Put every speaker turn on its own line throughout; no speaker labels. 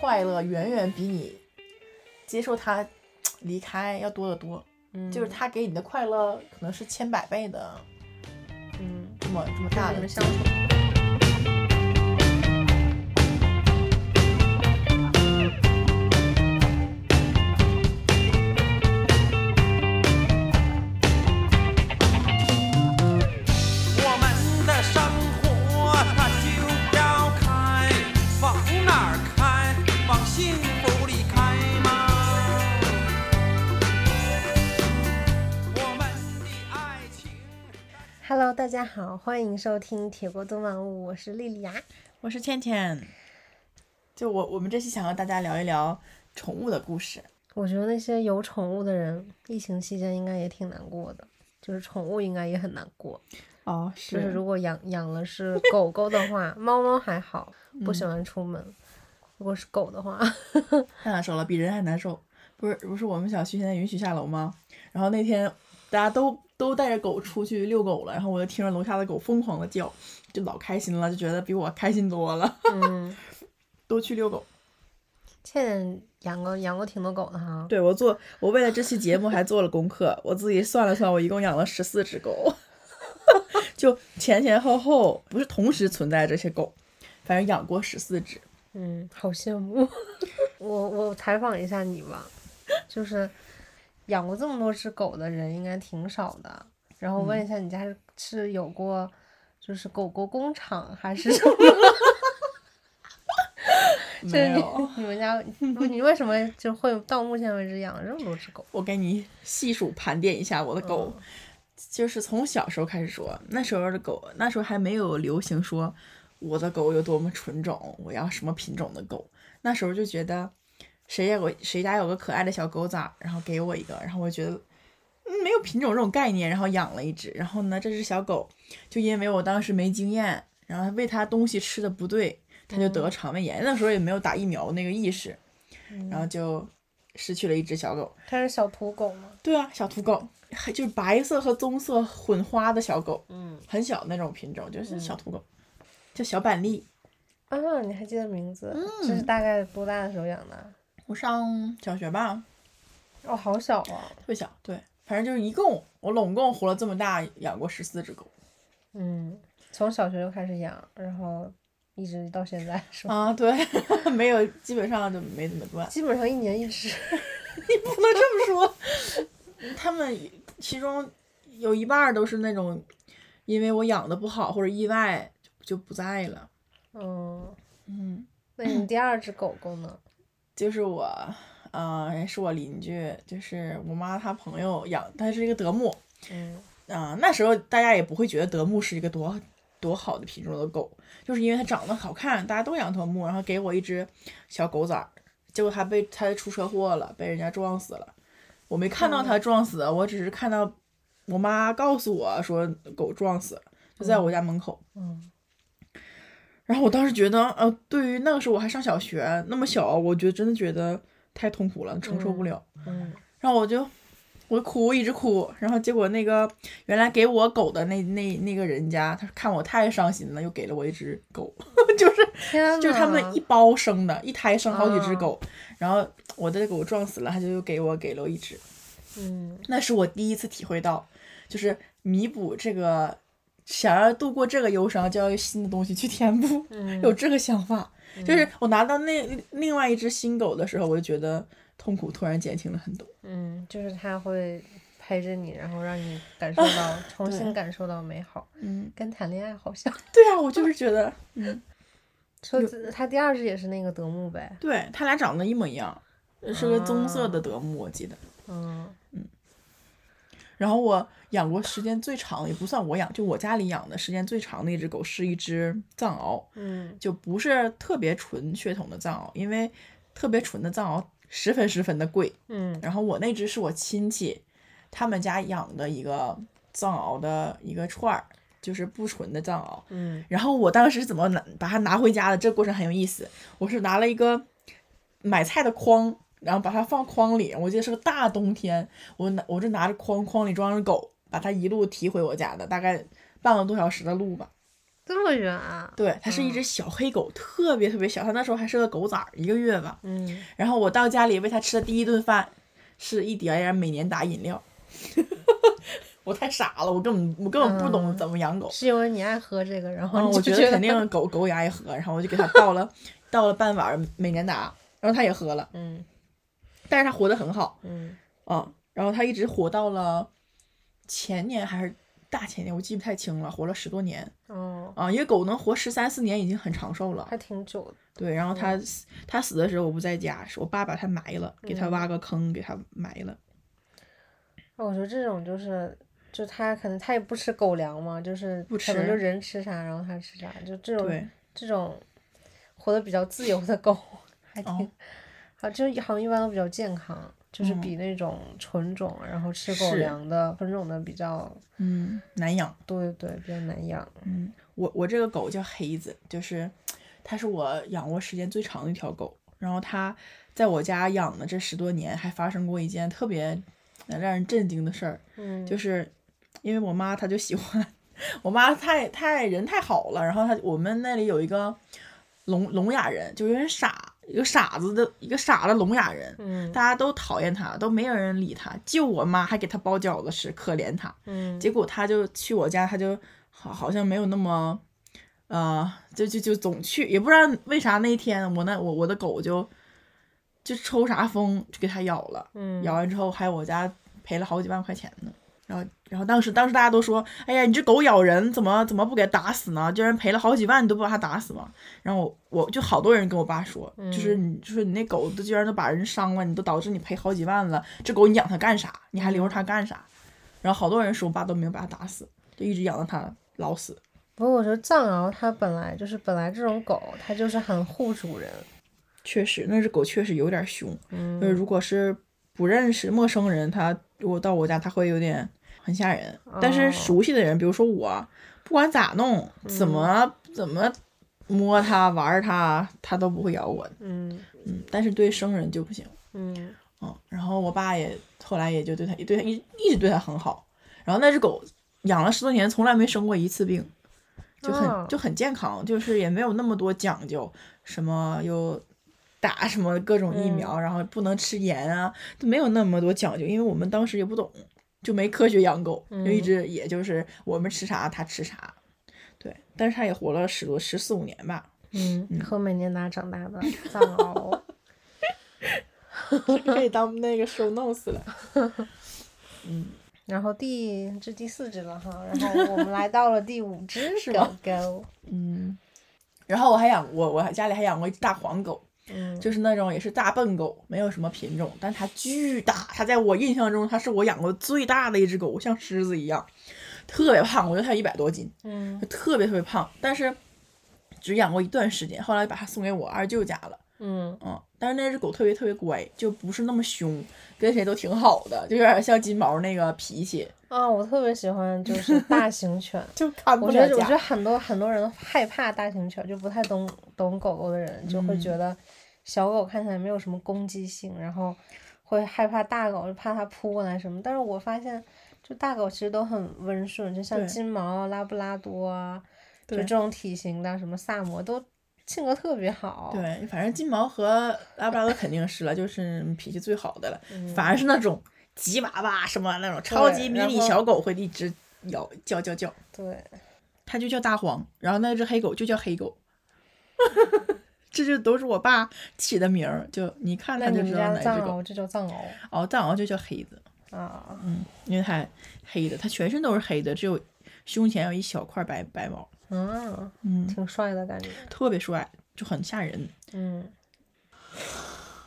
快乐远远比你接受他离开要多得多。
嗯
就是他给你的快乐可能是千百倍的，
嗯，
这么这么大
跟
的
你们。相处。
我们的生活它就要开，往哪儿开？往幸福里开吗？我们的爱情。
Hello，大家好，欢迎收听《铁锅炖万物》，我是莉莉娅。
我是倩倩，就我我们这期想和大家聊一聊宠物的故事。
我觉得那些有宠物的人，疫情期间应该也挺难过的，就是宠物应该也很难过。
哦，
就是如果养养了是狗狗的话，猫猫还好，不喜欢出门。如果是狗的话，
太难受了，比人还难受。不是不是，我们小区现在允许下楼吗？然后那天大家都都带着狗出去遛狗了，然后我就听着楼下的狗疯狂的叫，就老开心了，就觉得比我开心多了。
嗯，
都去遛狗。
倩倩养过养过挺多狗的哈。
对我做，我为了这期节目还做了功课，我自己算了算，我一共养了十四只狗， 就前前后后不是同时存在这些狗，反正养过十四只。
嗯，好羡慕。 我我采访一下你吧，就是养过这么多只狗的人应该挺少的。然后问一下，你家是是有过就是狗狗工厂还是什么？ 就是
没有，
你你们家不你为什么就会到目前为止养了这么多只狗？
我给你细数盘点一下我的狗，
嗯
就是从小时候开始说，那时候的狗，那时候还没有流行说我的狗有多么纯种，我要什么品种的狗，那时候就觉得谁家有谁家有个可爱的小狗崽，然后给我一个，然后我觉得。嗯没有品种这种概念，然后养了一只，然后呢，这只小狗就因为我当时没经验，然后喂它东西吃的不对，它就得了肠胃炎。那时候也没有打疫苗那个意识，然后就失去了一只小狗。
它是小土狗吗？
对啊，小土狗，还就是白色和棕色混花的小狗，
嗯
很小那种品种，就是小土狗，叫小板栗。
啊，你还记得名字？这是大概多大的时候养的？
我上小学吧，
哦，好小啊。
特别小，对，反正就是一共我拢共活了这么大，养过十四只狗
嗯，从小学就开始养，然后一直到现在是吧？
啊，对， 没有，基本上就没怎么断，
基本上一年一只。
不能这么说，他们其中有一半儿都是那种，因为我养的不好或者意外就就不在了，
嗯，
嗯。
那你第二只狗狗呢？
就是我，呃，是我邻居，就是我妈她朋友养，她是一个德牧，
嗯
啊、那时候大家也不会觉得德牧是一个多多好的品种的狗，就是因为它长得好看，大家都养德牧，然后给我一只小狗崽儿，结果它被它出车祸了，被人家撞死了。我没看到它撞死，我只是看到我妈告诉我说狗撞死了，就在我家门口。
嗯
然后我当时觉得，呃，对于那个时候我还上小学，那么小，我觉得真的觉得太痛苦了，承受不了。
嗯
然后我就我哭，一直哭。然后结果那个原来给我狗的那那那个人家，他看我太伤心了，又给了我一只狗，就是
天 呐，
就是他们一包生的，一胎生好几只
啊
狗。然后我的狗撞死了，他就又给我给了我一只。
嗯
那是我第一次体会到，就是弥补这个。想要度过这个忧伤，就要用新的东西去填补。
嗯
有这个想法，就是我拿到那另外一只新狗的时候，我就觉得痛苦突然减轻了很多。
嗯，就是它会陪着你，然后让你感 受到重
对
新感受到美好，
嗯，
跟谈恋爱好像。
对啊，我就是觉得，
说它第二只也是那个德牧呗？
对他俩长得一模一样，呃是个棕色的德牧，我记得。
嗯
然后我养过时间最长的，也不算我养，就我家里养的时间最长的一只狗是一只藏獒，
嗯
就不是特别纯血统的藏獒，因为特别纯的藏獒十分十分的贵。
嗯
然后我那只是我亲戚他们家养的一个藏獒的一个串儿，就是不纯的藏獒。
嗯
然后我当时是怎么拿把它拿回家的？这个过程很有意思。我是拿了一个买菜的筐，然后把它放筐里。我记得是个大冬天，我拿我就拿着筐，筐里装着狗，把它一路提回我家的，大概半个多小时的路吧。
这么远啊？
对，它是一只小黑狗，特别特别小，它那时候还是个狗崽儿，一个月吧。
嗯，
然后我到家里喂它吃的第一顿饭是一点儿美年达饮料。 我太傻了，我根本我根本不懂
嗯
怎么养狗。
是因为你爱喝这个，然后
嗯，
你
我
就
觉
得
得肯定狗狗也爱喝，然后我就给它倒 了倒了半碗美年达，然后它也喝了，
嗯
但是它活得很好。
嗯
啊，然后他一直活到了前年还是大前年，我记不太清了，活了十多年
哦，
啊。因为狗能活十三四年已经很长寿了。
还嗯挺久的。
对，然后他死他死的时候我不在家，是我爸把他埋了，给
嗯
他挖个坑给他埋了。
我觉得这种就是，就它可能它也不吃狗粮嘛，就是
不
可能就
吃
人吃啥，然后它吃啥，就这种
对，
这种活得比较自由的狗还挺、
哦
好，就是好像一般都比较健康，就是
嗯
比那种纯种、然后吃狗
是
粮的纯种的比较，
嗯，难养。
对对对，比较难养。
嗯，我我这个狗叫黑子，就是它是我养过时间最长的一条狗。然后它在我家养的这十多年，还发生过一件特别呃让人震惊的事儿。
嗯，
就是因为我妈她就喜欢， 我妈太太人太好了，然后她我们那里有一个聋聋哑人，就有点傻，一个傻子的一个傻的聋哑人，
嗯
大家都讨厌他，都没有人理他，就我妈还给他包饺子吃，可怜他。
嗯
结果他就去我家，他就好好像没有那么，呃，就就就总去，也不知道为啥那一天我那我我的狗就就抽啥风就给他咬了。
嗯
咬完之后还我家赔了好几万块钱呢。然后，然后当时当时大家都说，哎呀，你这狗咬人，怎么怎么不给打死呢？居然赔了好几万，你都不把它打死吗？然后我我就好多人跟我爸说，就是你就是你那狗都居然都把人伤了，你都导致你赔好几万了，这狗你养它干啥？你还留着它干啥？然后好多人说，我爸都没有把它打死，就一直养到它老死。
不过我觉得藏獒它本来就是本来这种狗，它就是很护主人。
确实，那只狗确实有点凶，
嗯
就是如果是不认识陌生人，它如果到我家，它会有点很吓人。但
哦
是熟悉的人，比如说我，不管咋弄，怎么、
嗯
怎么摸它、玩儿它，它都不会咬我的。
嗯
嗯，但是对生人就不行。
嗯
嗯，然后我爸也后来也就对它，对它一一直对它很好。然后那只狗养了十多年，从来没生过一次病，就很、
哦
就很健康，就是也没有那么多讲究，什么又打什么各种疫苗，然后不能吃盐啊，都没有那么多讲究，因为我们当时也不懂，就没科学养狗，就一
嗯
直也就是我们吃啥它吃啥。对，但是它也活了十多十四五年吧，
嗯，和美年达 长大的藏獒。
可以当那个 show notes 了。
然后第这第四只了哈，然后我们来到了第五只
是
狗
吗
狗。
嗯，然后我还养我我还家里还养过一只大黄狗，
嗯
就是那种也是大笨狗，没有什么品种，但它巨大。它在我印象中，它是我养过最大的一只狗，像狮子一样，特别胖，我觉得它有一百多斤，
嗯
就特别特别胖。但是只养过一段时间，后来把它送给我二舅家了。
嗯
嗯，但是那只狗特别特别乖，就不是那么凶，跟谁都挺好的，就有点像金毛那个脾气，
啊，我特别喜欢 就是大型犬。
就看不
我觉
了
得，我觉得
家。
很多很多人害怕大型犬，就不太懂懂狗狗的人，就会
嗯
觉得小狗看起来没有什么攻击性，然后会害怕大狗，就怕它扑过来什么。但是我发现，就大狗其实都很温顺，就像
对
金毛啊、拉布拉多啊，就
对
这种体型的，什么萨摩都性格特别好。
对，反正金毛和拉布拉多肯定是了，就是嗯脾气最好的了。
嗯
反而是那种吉娃娃什么那种超级迷
然
你
后
小狗会一直咬叫叫叫，
对，
它就叫大黄，然后那只黑狗就叫黑狗。 这就都是我爸起的名儿，就你看
那
它
你
就
们
知
家
道
的
哪
藏
只狗。
獒，这叫藏獒
哦，藏獒就叫黑子，
啊。
因为它黑的，它全身都是黑的，只有胸前有一小块白白毛，
嗯，
嗯，
挺帅的感觉。
特别帅，就很吓人。
嗯，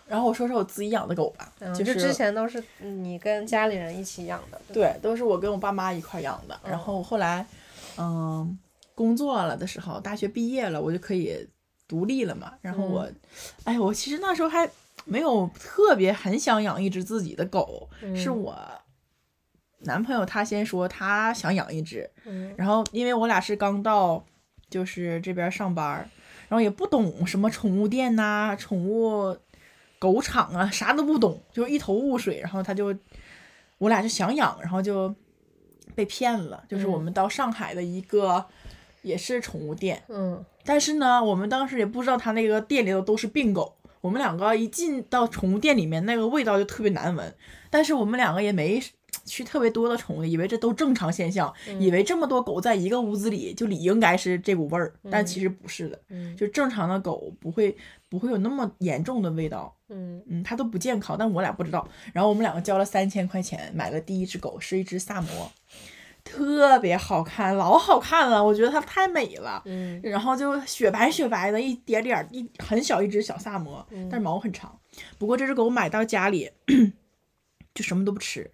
然后我说说我自己养的狗吧，
嗯
是
就之前都是你跟家里人一起养的。吧，
对，都是我跟我爸妈一块儿养的。然后后来，嗯，工作了的时候，大学毕业了，我就可以独立了嘛。然后我，
嗯
哎，我其实那时候还没有特别很想养一只自己的狗，是
嗯
我男朋友他先说他想养一只，
嗯。
然后因为我俩是刚到，就是这边上班儿，然后也不懂什么宠物店呐、宠物狗场啊，啥都不懂，就是一头雾水。然后他就，我俩就想养，然后就被骗了，就是我们到上海的一个。也是宠物店，
嗯，
但是呢，我们当时也不知道他那个店里头都是病狗。我们两个一进到宠物店里面，那个味道就特别难闻。但是我们两个也没去特别多的宠物店，以为这都正常现象，以为这么多狗在一个屋子里就理应该是这股味儿，但其实不是的，
嗯
就正常的狗不会不会有那么严重的味道。
嗯
嗯，它都不健康，但我俩不知道。然后我们两个交了三千块钱买了第一只狗，是一只萨摩，特别好看，老好看了，我觉得它太美了。
嗯
然后就雪白雪白的，一点点儿一很小一只小萨摩，
嗯
但是毛很长。不过这只狗买到家里就什么都不吃，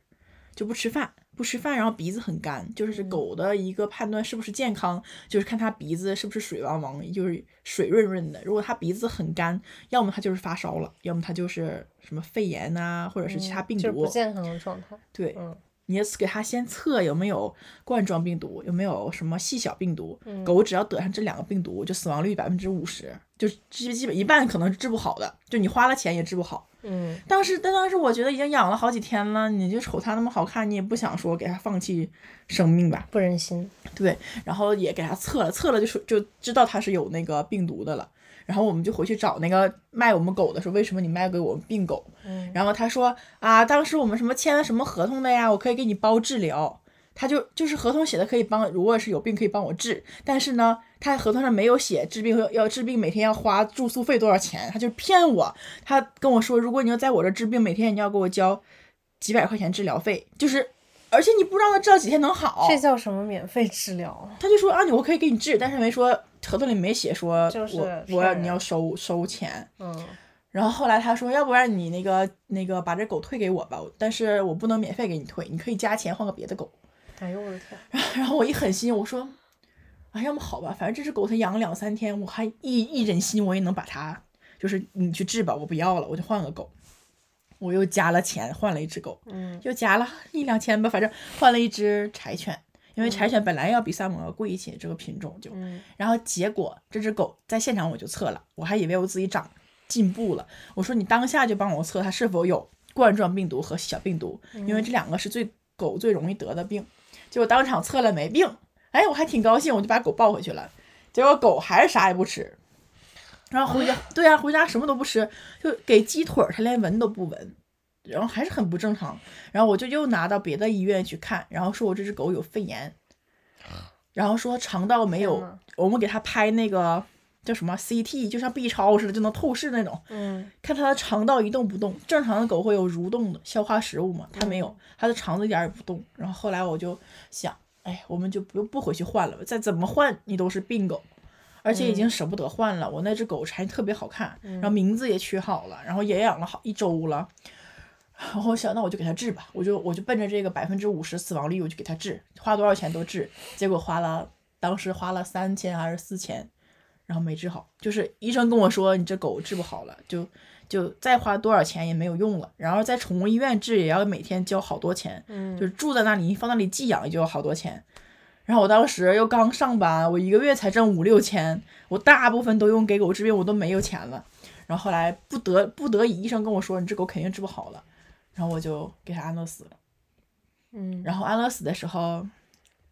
就不吃饭，不吃饭，然后鼻子很干，
嗯
就是狗的一个判断是不是健康，就是看它鼻子是不是水汪汪，就是水润润的。如果它鼻子很干，要么它就是发烧了，要么它就是什么肺炎呐、或者是其他病
嗯就是
毒。
不健康的状态。
对，
嗯
你也给它先测有没有冠状病毒，有没有什么细小病毒。狗只要得上这两个病毒，就死亡率百分之五十，就基基本一半可能是治不好的，就你花了钱也治不好。
嗯
当时，但当时我觉得已经养了好几天了，你就瞅它那么好看，你也不想说给它放弃生命吧？
不忍心。
对，然后也给它测了，测了就说就知道它是有那个病毒的了。然后我们就回去找那个卖我们狗的说，为什么你卖给我们病狗？
嗯
然后他说啊，当时我们什么签了什么合同的呀，我可以给你包治疗。他就就是合同写的可以帮，如果是有病可以帮我治，但是呢，他合同上没有写治病要要治病每天要花住宿费多少钱，他就骗我。他跟我说，如果你要在我这治病，每天你要给我交几百块钱治疗费，就是，而且你不知道他治疗几天能好。
这叫什么免费治 疗？
他就说啊，你我可以给你治，但是没说合同里没写说
就是
我我要
骗
你
人
要收收钱。
嗯
然后后来他说，要不然你那个那个把这狗退给我吧，但是我不能免费给你退，你可以加钱换个别的狗。
哎呦我的天！
然后我一狠心，我说，啊，要么好吧，反正这只狗它养了两三天，我还一一忍心，我也能把它，就是你去治吧，我不要了，我就换个狗。我又加了钱换了一只狗，
嗯
又加了一两千吧，反正换了一只柴犬，因为柴犬本来要比萨摩要贵一些，这个品种就。
嗯
然后结果这只狗在现场我就测了，我还以为我自己长进步了。我说你当下就帮我测它是否有冠状病毒和小病毒，因为这两个是最狗最容易得的病。结果当场测了没病，哎，我还挺高兴，我就把狗抱回去了。结果狗还是啥也不吃，然后回家，对啊，回家什么都不吃，就给鸡腿儿它连闻都不闻。然后还是很不正常，然后我就又拿到别的医院去看，然后说我这只狗有肺炎，然后说肠道没有
天呐，
我们给它拍那个叫什么 CT，就像 B 超似的，就能透视那种，
嗯
看它的肠道一动不动。正常的狗会有蠕动的消化食物嘛，它没有，它的肠子一点儿也不动。然后后来我就想，哎，我们就不用不回去换了吧，再怎么换你都是病狗。而且已经舍不得换了，我那只狗还特别好看，然后名字也取好了，然后也养了好一周了。然后我想，那我就给它治吧，我就我就奔着这个百分之五十死亡率，我就给它治，花多少钱都治。结果花了，当时花了三千还是四千，然后没治好。就是医生跟我说，你这狗治不好了，就就再花多少钱也没有用了。然后在宠物医院治也要每天交好多钱，
嗯
就是住在那里，放那里寄养就要好多钱。然后我当时又刚上班，我一个月才挣五六千，我大部分都用给狗治病，我都没有钱了。然后后来不得不得已，医生跟我说，你这狗肯定治不好了。然后我就给它安乐死了。
嗯
然后安乐死的时候，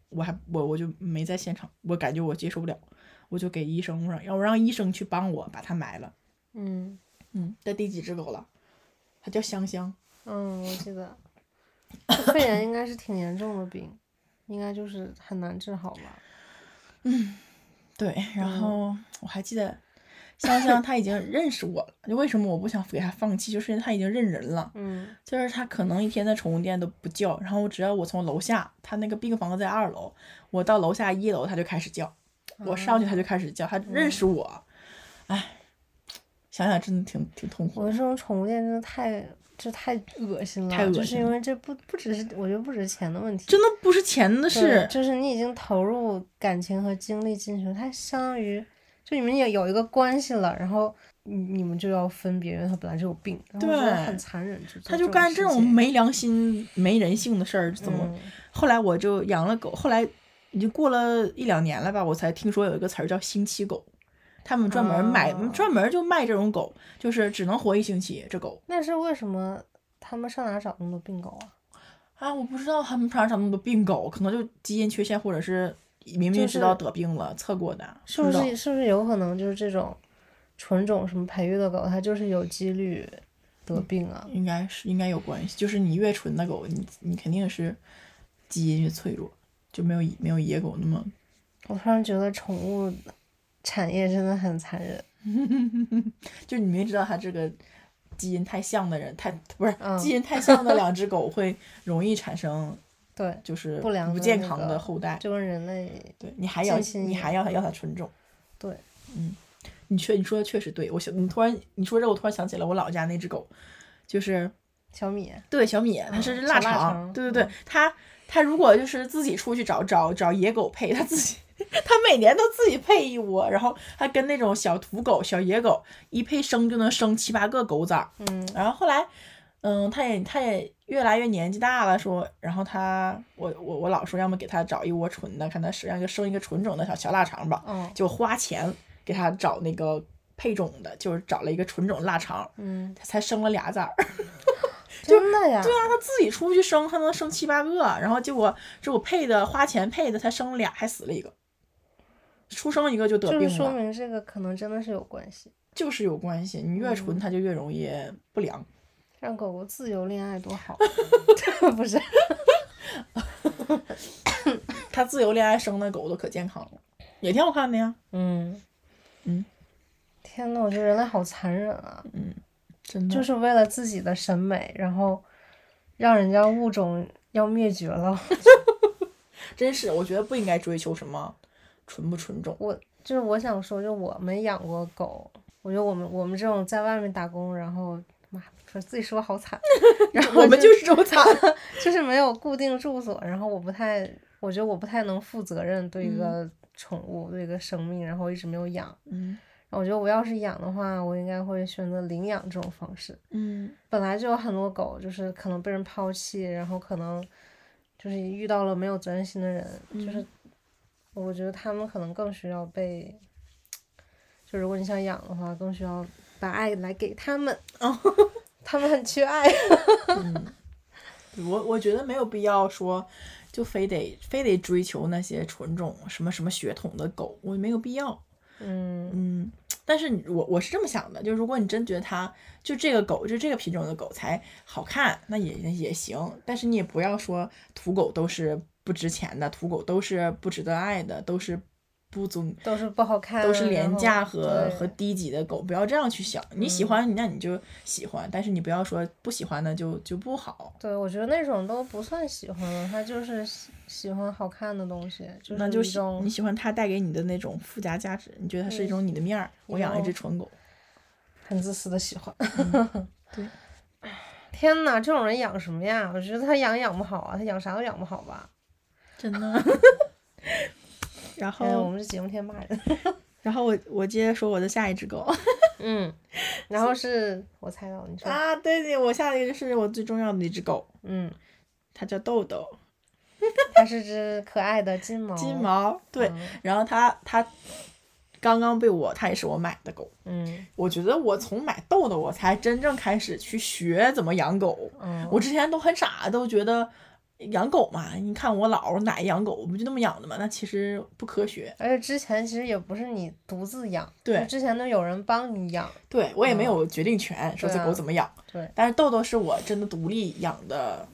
我还我我就没在现场，我感觉我接受不了，我就给医生让要让医生去帮我把它埋了。
嗯
嗯，这第几只狗了？它叫香香。
嗯，我记 得肺炎应该是挺严重的病，应该就是很难治好 吧？
对，然后我还记得香香它已经认识我了，就为什么我不想给它放弃，就是因为它已经认人了。
嗯
就是它可能一天在宠物店都不叫，然后只要我从楼下，它那个病房在二楼，我到楼下一楼它就开始叫，我上去它就开始叫，它认识我，哎、想想真的挺挺痛
我
苦
觉得
的。
这种宠物店真的太，这太恶心了，
太恶
就是
心
因
了
为这不不只是我觉得不只是钱的问题，
真的不是钱的
对
事，
就是你已经投入感情和精力进去了，它相当于就你们也有一个关系了，然后你你们就要分别，因为它本来就有病，然后我觉得
对
很残忍，就做
他就干这
事
种
情
没良心、没人性的事儿，怎么？
嗯
后来我就养了狗，后来已经过了一两年了吧，我才听说有一个词儿叫“星期狗”，他们专门买、
啊
专门就卖这种狗，就是只能活一星期这狗
那是为什么他们上哪找那么多病狗啊？
啊，我不知道他们啥啥那么多病狗，可能就基因缺陷或者是明明
就
知道
是
得病了，测过的，
是不
知道
是是不是有可能就是这种纯种什么培育的狗，它就是有几率得病啊？
应该是应该有关系，就是你越纯的狗，你你肯定是基因越脆弱，就没有没有野狗那么
我突然觉得宠物产业真的很残忍。
就你明知道它这个基因太像的人，太不是、
嗯
基因太像 的两只狗会容易产生
对，
就是
不良的
健
那
康
个
的后代。
就跟人类
对你还要
近亲
你还要它要它纯种。
对，
嗯，你确你说的确实对我想你突然你说这我突然想起来我老家那只狗，就是
小米，
对小米，它是
嗯
只
小
腊
腊
肠，
肠嗯
对对对，它它如果就是自己出去找找找野狗配，它自己它每年都自己配一窝，然后它跟那种小土狗、小野狗一配生就能生七八个狗崽儿，
嗯，
然后后来，嗯，他也他也越来越年纪大了，说，然后他我我我老说，要么给他找一窝纯的，看他是让一个生一个纯种的小小腊肠吧，
哦，
就花钱给他找那个配种的，就是找了一个纯种腊肠，
嗯，
他才生了俩崽儿。
真的呀，
对啊，他自己出去生，他能生七八个，然后结果这我配的花钱配的，才生了俩，还死了一个，出生一个就得
就是
病
说
了，
明这个可能真的是有关系。
就是有关系，你越
嗯
纯它就越容易不良。
让狗狗自由恋爱多 好，不是？
他自由恋爱生的狗都可健康了，也挺好看的呀。
嗯，
嗯，
天呐，我觉得人类好残忍啊！
真的，
就是为了自己的审美，然后让人家物种要灭绝了。
真是，我觉得不应该追求什么纯不纯 种。
我就是我想说，就我们养过狗，我觉得我们我们这种在外面打工，然后妈说自己说 好惨，然后
我们就是这么 惨，
就是没有固定住所，然后我不太，我觉得我不太能负责任对一个宠物，对一个生命，然后一直没有养。
嗯
然后我觉得我要是养的话，我应该会选择领养这种方式。
嗯
本来就有很多狗，就是可能被人抛弃，然后可能就是遇到了没有责任心的人，
嗯
就是我觉得他们可能更需要被，就如果你想养的话，更需要把爱来给他 们，
哦
他们很缺爱。
嗯，我我觉得没有必要说，就非得非得追求那些纯种什么什么血统的狗，我没有必要。
嗯
嗯，但是你我我是这么想的，就如果你真觉得它就这个狗，就这个品种的狗才好看，那也也行。但是你也不要说土狗都是不值钱的，土狗都是不值得爱的，都是不尊，
都是不好看，
都是廉价
然后
和
对
和低级的狗，不要这样去想。你喜欢那你就喜欢，但是你不要说不喜欢的就就不好，
对，我觉得那种都不算喜欢了，他就是喜喜欢好看的东西，就
那
是
就
一
喜
种
你喜欢它带给你的那种附加价值，你觉得它是一种你的面儿。我养了一只纯狗，
很自私的喜欢。
嗯 对，
天哪，这种人养什么呀？我觉得他养也养不好啊，他养啥都养不好吧。
真的。 然
哎，我
后，
们这节目天骂人。
然后我我接着说我的下一只狗
嗯， 然后是我猜到你说，
啊，对对，我下一个就是我最重要的一只狗，
嗯，
它叫豆豆，
它是只可爱的金毛，
金，毛，对，
嗯
然后它它刚刚被我，它也是我买的狗，
嗯
我觉得我从买豆豆，我才真正开始去学怎么养狗。
嗯，
我之前都很傻，都觉得养狗嘛，你看我姥奶养狗，我不就那么养的嘛？那其实不科学。
而且之前其实也不是你独自养，
对
就之前都有人帮你养，
对我也没
嗯
有决定权，说
对
这
啊
狗怎么养。
对
但是豆豆是我真的独立养的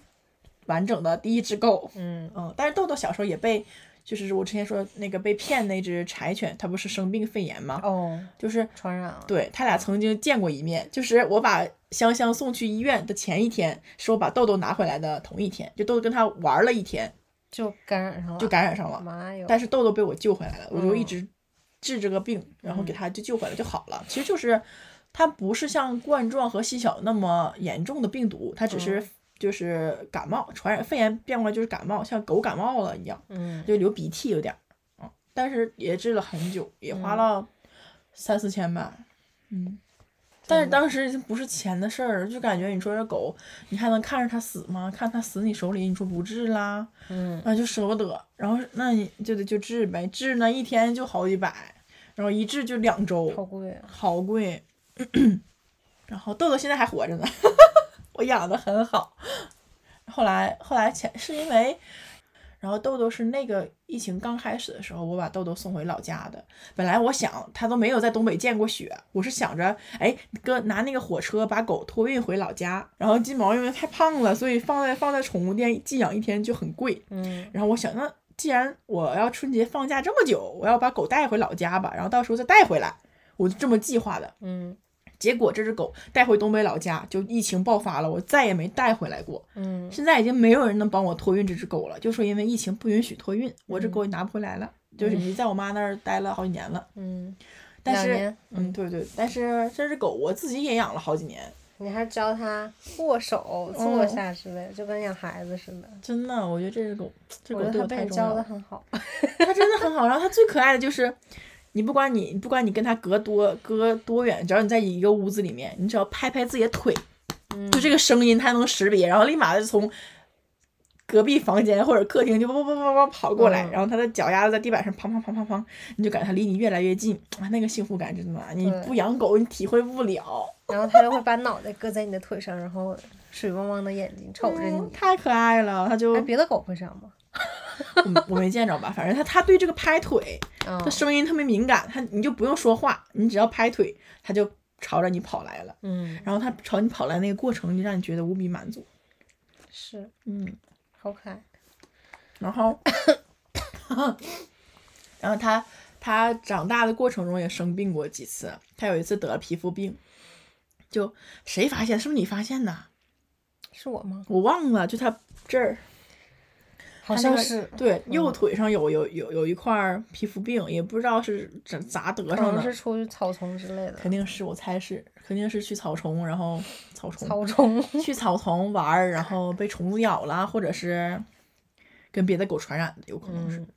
完整的第一只狗。
嗯
嗯，但是豆豆小时候也被，就是我之前说那个被骗那只柴犬，它不是生病肺炎吗？
哦，
就是
传染了，
对他俩曾经见过一面，就是我把香香送去医院的前一天，是我把豆豆拿回来的同一天，就豆豆跟他玩了一天，
就感染上了，
就感染上了。
妈哟，
但是豆豆被我救回来了，我就一
嗯
直治这个病，然后给他就救回来就好了。其实就是它不是像冠状和细小那么严重的病毒，它只是就是感冒，传染肺炎变过来就是感冒，像狗感冒了一样。
嗯，
就流鼻涕有点儿，嗯，但是也治了很久，也花
嗯
了三四千吧，嗯，但是当时不是钱的事儿，就感觉你说这狗，你还能看着它死吗？看它死你手里，你说不治啦，
嗯，
啊就舍不得，然后那你就得就治呗，治呢一天就好几百，然后一治就两
好
周，
贵啊，
好贵， 然后豆豆现在还活着呢， 我养的很好，后来后来前是因为。然后豆豆是那个疫情刚开始的时候，我把豆豆送回老家的。本来我想他都没有在东北见过雪，我是想着，哎，哥拿那个火车把狗托运回老家。然后金毛因为太胖了，所以放在放在宠物店寄养一天就很贵。
嗯，
然后我想，那既然我要春节放假这么久，我要把狗带回老家吧，然后到时候再带回来，我就这么计划的。
嗯
结果这只狗带回东北老家，就疫情爆发了，我再也没带回来过。
嗯，
现在已经没有人能帮我托运这只狗了，就说因为疫情不允许托运，我
嗯
这狗也拿不回来了，就是已经在我妈那儿待了好几年了。
嗯，
但
两
是，
年
嗯，对对，但是这只狗我自己也养了好几年，
你还教它握手、坐
嗯
下之类的，就跟养孩子似的。
真的，我觉得这只狗，这
我
狗
觉
对
得
我
它
太
被你
重要
教的
了，
很好。
它真的很好。然后它最可爱的就是，你不管你不管你跟它隔多隔多远，只要你在一个屋子里面，你只要拍拍自己的腿，
嗯
就这个声音它能识别，然后立马就从隔壁房间或者客厅就汪汪汪汪汪跑过来，
嗯
然后它的脚丫子在地板上砰砰砰砰砰，你就感觉它离你越来越近，啊，那个幸福感真的，你
对
不养狗你体会不了，
然后它就会把脑袋搁在你的腿上，然后水汪汪的眼睛瞅着
嗯
你。
太可爱了，它就
哎，别的狗会这样吗？
我我没见着吧，反正它它对这个拍腿，嗯
啊、
它声音特别敏感，它你就不用说话，你只要拍腿，它就朝着你跑来了，
嗯，
然后它朝你跑来那个过程就让你觉得无比满足，
是，
嗯。
好可爱。
然后，然后他他长大的过程中也生病过几次，他有一次得了皮肤病，就谁发现？是不是你发现的？
是我吗？
我忘了，就他这儿，
好
他那
像
个
是，
对，右
嗯
腿上有有有有一块儿皮肤病，也不知道是咋咋得
可
上
能
的
是，出去草丛之类的。
肯定是我猜是，肯定是去草丛，然后草丛
草丛。
去草丛玩儿，然后被虫子咬了，或者是跟别的狗传染的，有可能是。
嗯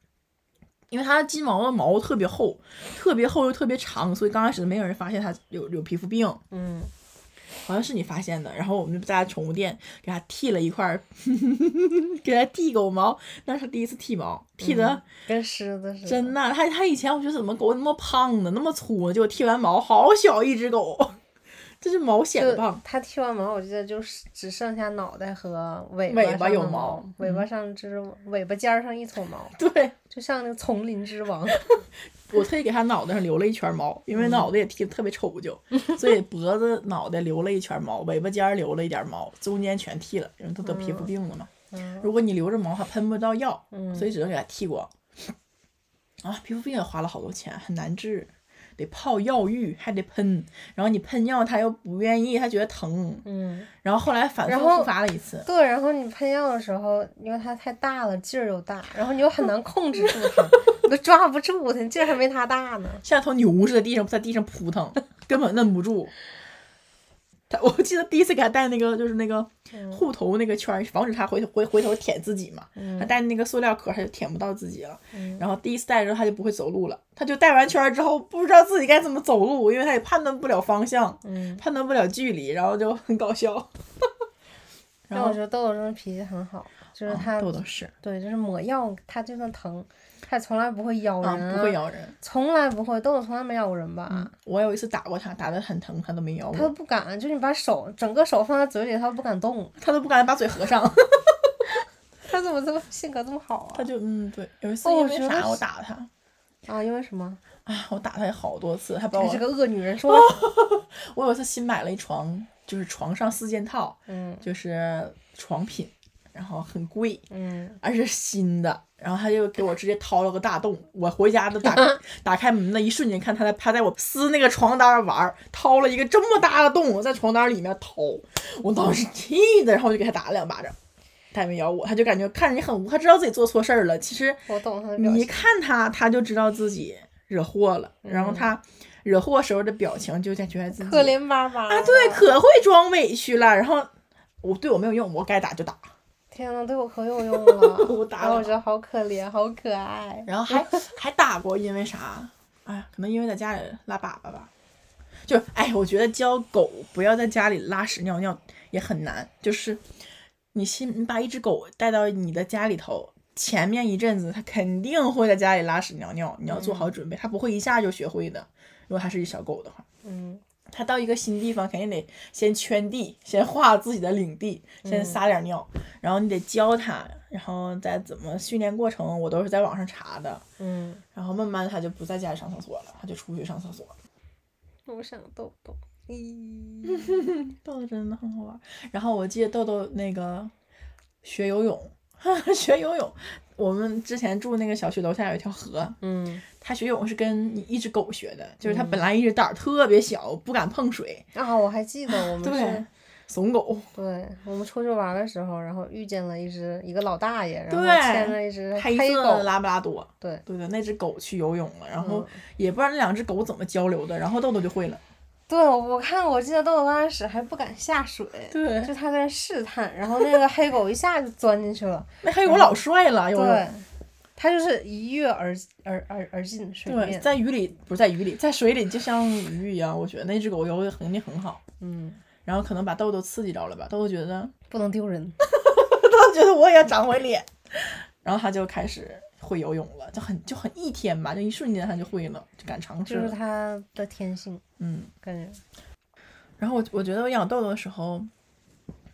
因为它金毛的毛特别厚，特别厚又特别长，所以刚开始没有人发现它有有皮肤病，
嗯，
好像是你发现的。然后我们就在宠物店给它剃了一块儿， 给它剃狗毛，那是第一次剃毛，剃的
跟狮子嗯似的。
真的，它它以前我觉得怎么狗那么胖呢，那么粗呢，结果剃完毛好小一只狗， 这是毛显得
就
胖，
它剃完毛，我记得就是只剩下脑袋和尾
尾
巴
巴
上
有
的
毛嗯
毛，尾巴上只尾巴尖儿上一撮毛，
对。
就像那个丛林之王。
我特意给它脑袋上留了一圈毛，因为
嗯
脑袋也剃得特别丑旧， 所以脖子、脑袋留了一圈毛，尾巴尖儿留了一点毛，中间全剃了，因为它得皮肤病了嘛。
嗯
如果你留着毛，还喷不到药，
嗯
所以只能给它剃光。啊，皮肤病也花了好多钱，很难治，得泡药浴，还得喷，然后你喷药它又不愿意，它觉得疼，
嗯，
然后后来反
然
复
后
复发了一次。
对，然后你喷药的时候，因为它太大了，劲儿又大，然后你又很难控制住 它，你都抓不住它，你劲儿还没它大呢。
像头牛似的，地上在地上扑腾，根本摁不住。他我记得第一次给他戴那个就是那个
嗯
护头那个圈儿，防止他回头回回头舔自己嘛。
嗯
他戴那个塑料壳，他就舔不到自己了。然后第一次戴的时候，他就不会走路了。他就戴完圈儿之后，不知道自己该怎么走路，因为他也判断不了方向，
嗯，
判断不了距离，然后就很搞笑。 然
但我
后哦
觉得豆豆真的脾气很好，就是它、
豆豆是
对，就是抹药，它就算疼，它也从来不会咬人、
啊，不会，咬嗯人。
从来不会，豆豆从来没咬过人吧？
我有一次打过他，打得很疼，他都没咬
他都
我，
不敢，就是你把手整个手放在嘴里，他都不敢动。
他都不敢把嘴合上。
他怎么这么性格这么好啊？
他就嗯对，有一次
哦
因
我
为
觉得
啥我
是
打他，
啊，因为什么？
啊，我打他也好多次，他把
她
我
是个恶女人，
哦
说
我有一次新买了一床，就是床上四件套，
嗯
就是床品，然后很贵，
嗯，
而且是新的，然后他就给我直接掏了个大洞，我回家都 打打开门的一瞬间，看他在趴在我撕那个床单儿玩儿，掏了一个这么大的洞，我在床单里面掏，我当时气的，然后我就给他打了两巴掌，他也没咬我，他就感觉看着你很无，他知道自己做错事儿了，其实。
我懂她的表
你一
情。
看他，他就知道自己惹祸了，然后他惹祸时候的表情就感觉自己
嗯可怜巴巴
啊，
的
对，可会装委屈了。然后我对我没有用，我该打就打，，
天呐，对我可有用了
我打
然后我
了
觉得好可怜，好可爱。
然后还还打过，因为啥？哎呀，可能因为在家里拉粑粑吧。就哎，我觉得教狗不要在家里拉屎尿尿也很难，就是你新你把一只狗带到你的家里头。前面一阵子，它肯定会在家里拉屎尿尿，你要做好准备，它不会一下就学会的。如果它是一小狗的话，
嗯，
他到一个新地方，肯定得先圈地，先画自己的领地，先撒点尿，然后你得教他，然后再怎么训练过程，我都是在网上查的。
嗯，
然后慢慢他就不在家里上厕所了，他就出去上厕所了。
我想豆豆，
豆豆真的很好玩儿。然后我记得豆豆那个学游泳， 学游泳。我们之前住那个小区楼下有一条河，
嗯，
他学泳是跟一只狗学的，就是他本来一只胆儿特别小，不敢碰水，
啊，我还记得我们
对
是，，
怂狗，
对，我们出去玩的时候，然后遇见了一只一个老大爷，然后
对
牵着一只
黑
黑
色
狗
的，拉布拉多。
对，
对的，那只狗去游泳了，然后
嗯
也不知道那两只狗怎么交流的，然后豆豆就会了。
对，我看我记得豆豆刚开始还不敢下水，
对
就他在那试探，然后那个黑狗一下就钻进去 了，
那黑狗老帅了，游
对
泳。，
它就是一跃而而而而进水
对，
面，
在鱼里不是在鱼里，在水里就像鱼一样，我觉得那只狗游的肯定很好。
嗯，
然后可能把豆豆刺激着了吧，豆豆觉得
不能丢人，
豆豆觉得我也要长回脸，然后他就开始会游泳了，就很就很一天吧，就一瞬间他就会了，就敢尝试
就是
了。
它的天性，
嗯，
感觉，
然后我我觉得我养豆豆的时候，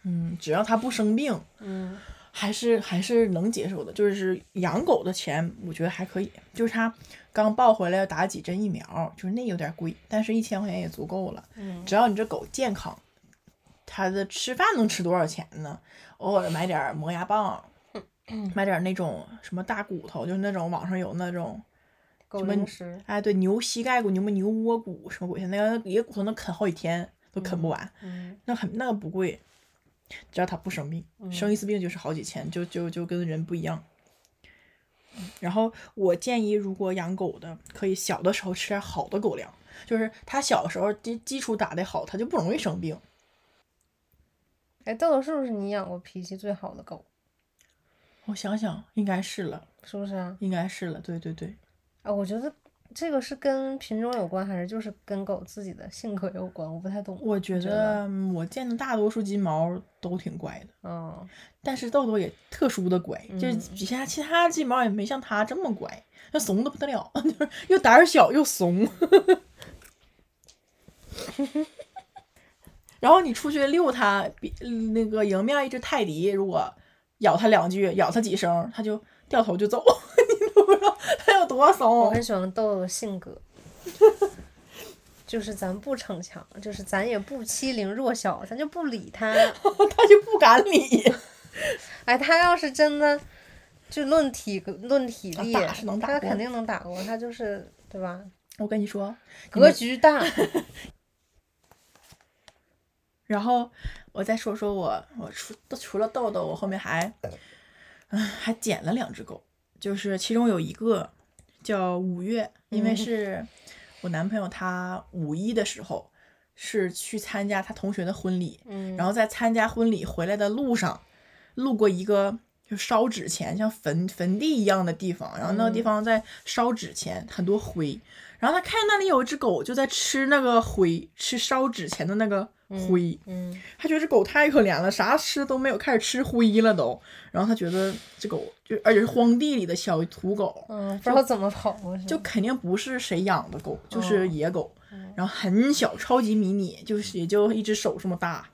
嗯，只要它不生病，
嗯
还是还是能接受的，就是养狗的钱，我觉得还可以。就是它刚抱回来要打几针疫苗，就是那有点贵，但是一千块钱也足够了。
嗯
只要你这狗健康，它的吃饭能吃多少钱呢？偶尔买点磨牙棒，
嗯
买点那种什么大骨头，就是那种网上有那种，
狗
么
零食，
哎，对，牛膝盖骨、牛么牛窝骨什么鬼，那个一个骨头能啃好几天都啃不完。
嗯
那很那个不贵，只要它不生病，生一次病就是好几千，就就就跟人不一样。嗯然后我建议，如果养狗的，可以小的时候吃点好的狗粮，就是它小时候基基础打得好，它就不容易生病。
哎，豆豆是不是你养过脾气最好的狗？
我想想，应该是了，
是不是啊？
应该是了，对对对，
啊，我觉得这个是跟品种有关，还是就是跟狗自己的性格有关？我不太懂。
我觉
你觉得
得嗯我见的大多数金毛都挺乖的，
嗯，
但是豆豆也特殊的乖，就是
嗯
比其他其他金毛也没像它这么乖，那怂的不得了， 就是又胆儿小又怂。 然后你出去遛它，比嗯那个迎面一只泰迪，如果咬它两句，咬它几声，它就掉头就走， 你都不知道它有多
我
怂。
很喜欢豆豆的性格，就是咱不逞强，就是咱也不欺凌弱小，咱就不理 他。
它就不敢理，
哎，他要是真的就论体格论体
啊
力，
打是能打
他
过
肯定能打过。他就是对吧？
我跟你说，
格局 大。
然后我再说说我我除除了豆豆，我后面还，唉还捡了两只狗，就是其中有一个叫五月，因为
嗯
是我男朋友他五一的时候是去参加他同学的婚礼，
嗯，
然后在参加婚礼回来的路上，路过一个就烧纸钱，像坟坟地一样的地方，然后那个地
嗯
方在烧纸钱，很多灰。然后他看见那里有一只狗就在吃那个灰，吃烧纸钱的那个灰，
嗯
他觉得这狗太可怜了，啥吃都没有，开始吃灰了都。然后他觉得这狗就而且是荒地里的小土狗，
嗯，不知道怎么跑过去。
就肯定不是谁养的狗，就是
嗯哦
野狗，
嗯
然后很小，超级迷你，就是也就一只手这么大。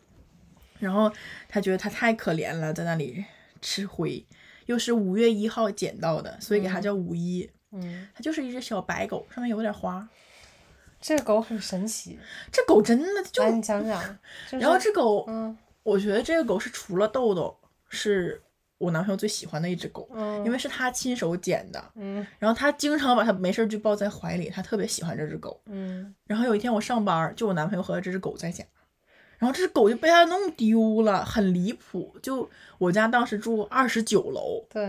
然后他觉得它太可怜了，在那里吃灰，又是五月一号捡到的，所以给它叫五一。
嗯，
它就是一只小白狗，上面有点花。
这个狗很神奇。
这狗真的就，
来，你讲讲。哎就是、
然后这狗，
嗯
我觉得这个狗是除了豆豆是我男朋友最喜欢的一只狗，
嗯，
因为是他亲手捡的，
嗯
然后他经常把它没事儿就抱在怀里，他特别喜欢这只狗。
嗯
然后有一天我上班儿，就我男朋友和这只狗在家，然后这只狗就被他弄丢了，很离谱。就我家当时住二十九楼
对，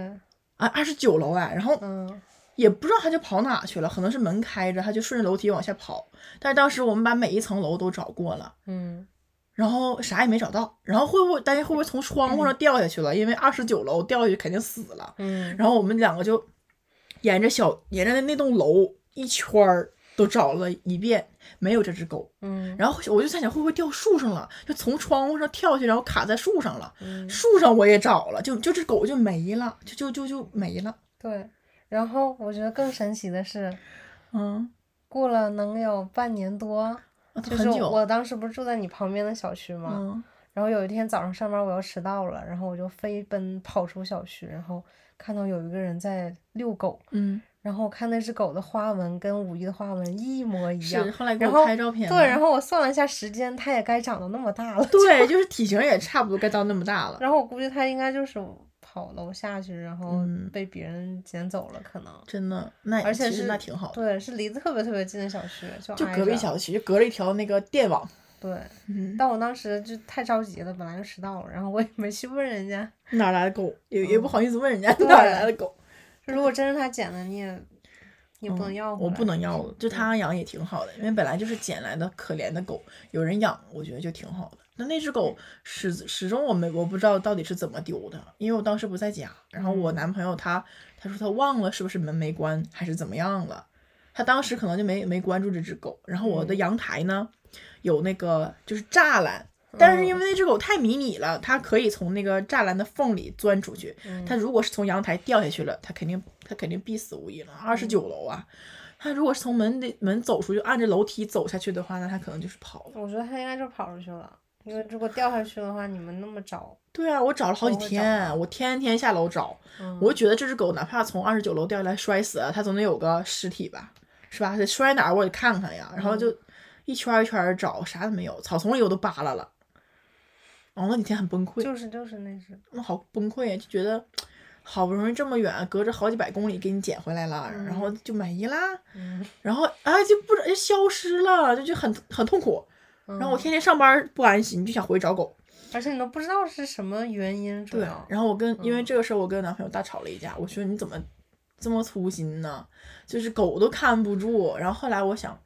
啊，二十九楼哎，然后
嗯
也不知道它就跑哪去了，可能是门开着，它就顺着楼梯往下跑。但是当时我们把每一层楼都找过了。
嗯
然后啥也没找到，然后会不会担心会不会从窗户上掉下去了？因为二十九楼掉下去肯定死了。
嗯，
然后我们两个就沿着小沿着那栋楼一圈儿都找了一遍，没有这只狗。
嗯
然后我就在想会不会掉树上了，就从窗户上跳下去，然后卡在树上了。
嗯，
树上我也找了，就就这狗就没了，就就就就没了。
对。然后我觉得更神奇的是，
嗯，啊
过了能有半年多，就
很
是
久
我当时不是住在你旁边的小区吗？
嗯，
然后有一天早上上班我要迟到了，然后我就飞奔跑出小区，然后看到有一个人在遛狗，
嗯，
然后我看那只狗的花纹跟五一的花纹一模一样
是，后来给
然
我
后
拍照片了，
对，然后我算了一下时间，它也该长到那么大了。
对，就是体型也差不多该到那么大了。
然后我估计它应该就是跑楼下去，然后
嗯
被别人捡走了，可能。
真的，那
而且
其实
是
那挺好的，
对，是离得特别特别近的小区，就
就
挨
隔壁
着
小区，就隔了一条那个电网。
对，
嗯，
但我当时就太着急了，本来就迟到了，然后我也没去问人家。
哪儿来的狗？也也不好意思问人家
嗯对
哪儿来的狗。
如果真是他捡的，你也你也不
嗯
能要回
我
来、
不能要了。就他养也挺好的，因为本来就是捡来的可怜的狗，有人养，我觉得就挺好的。那那只狗始始终我没我不知道到底是怎么丢的，因为我当时不在家，然后我
嗯
男朋友他他说他忘了是不是门没关还是怎么样了，他当时可能就没没关注这只狗。然后我的
嗯
阳台呢有那个就是栅栏，但是因
嗯
为那只狗太迷你了，它可以从那个栅栏的缝里钻出去。
嗯
它如果是从阳台掉下去了，它肯定它肯定必死无疑了。二十九楼啊，它如果是从门里门走出去，按着楼梯走下去的话，那它可能就是跑了。
我觉得他应该就跑出去了，因为如果掉下去的话，你们那么找，
对啊，我找了好几
都会哦找
天，啊我天天下楼找，
嗯、
我就觉得这只狗哪怕从二十九楼掉下来摔死了，它总得有个尸体吧，是吧？得摔哪儿我得看看呀。然后
嗯
就一圈儿一圈儿找，啥都没有，草丛里我都扒拉了。哦，那几天很崩溃。
就是就是那只，
那好崩溃啊呀，就觉得好不容易这么远，隔着好几百公里给你捡回来了，
嗯
然后就满意啦，
嗯，
然后哎就不知就消失了，就就很很痛苦。
然
然后我天天上班不安心，就想回去找狗。
而且你都不知道是什么原因，主
对啊
要，，
然后我跟因为这个事儿，我跟男朋友大吵了一架。我说你怎么这么粗心呢？就是狗都看不住。然后后来我想，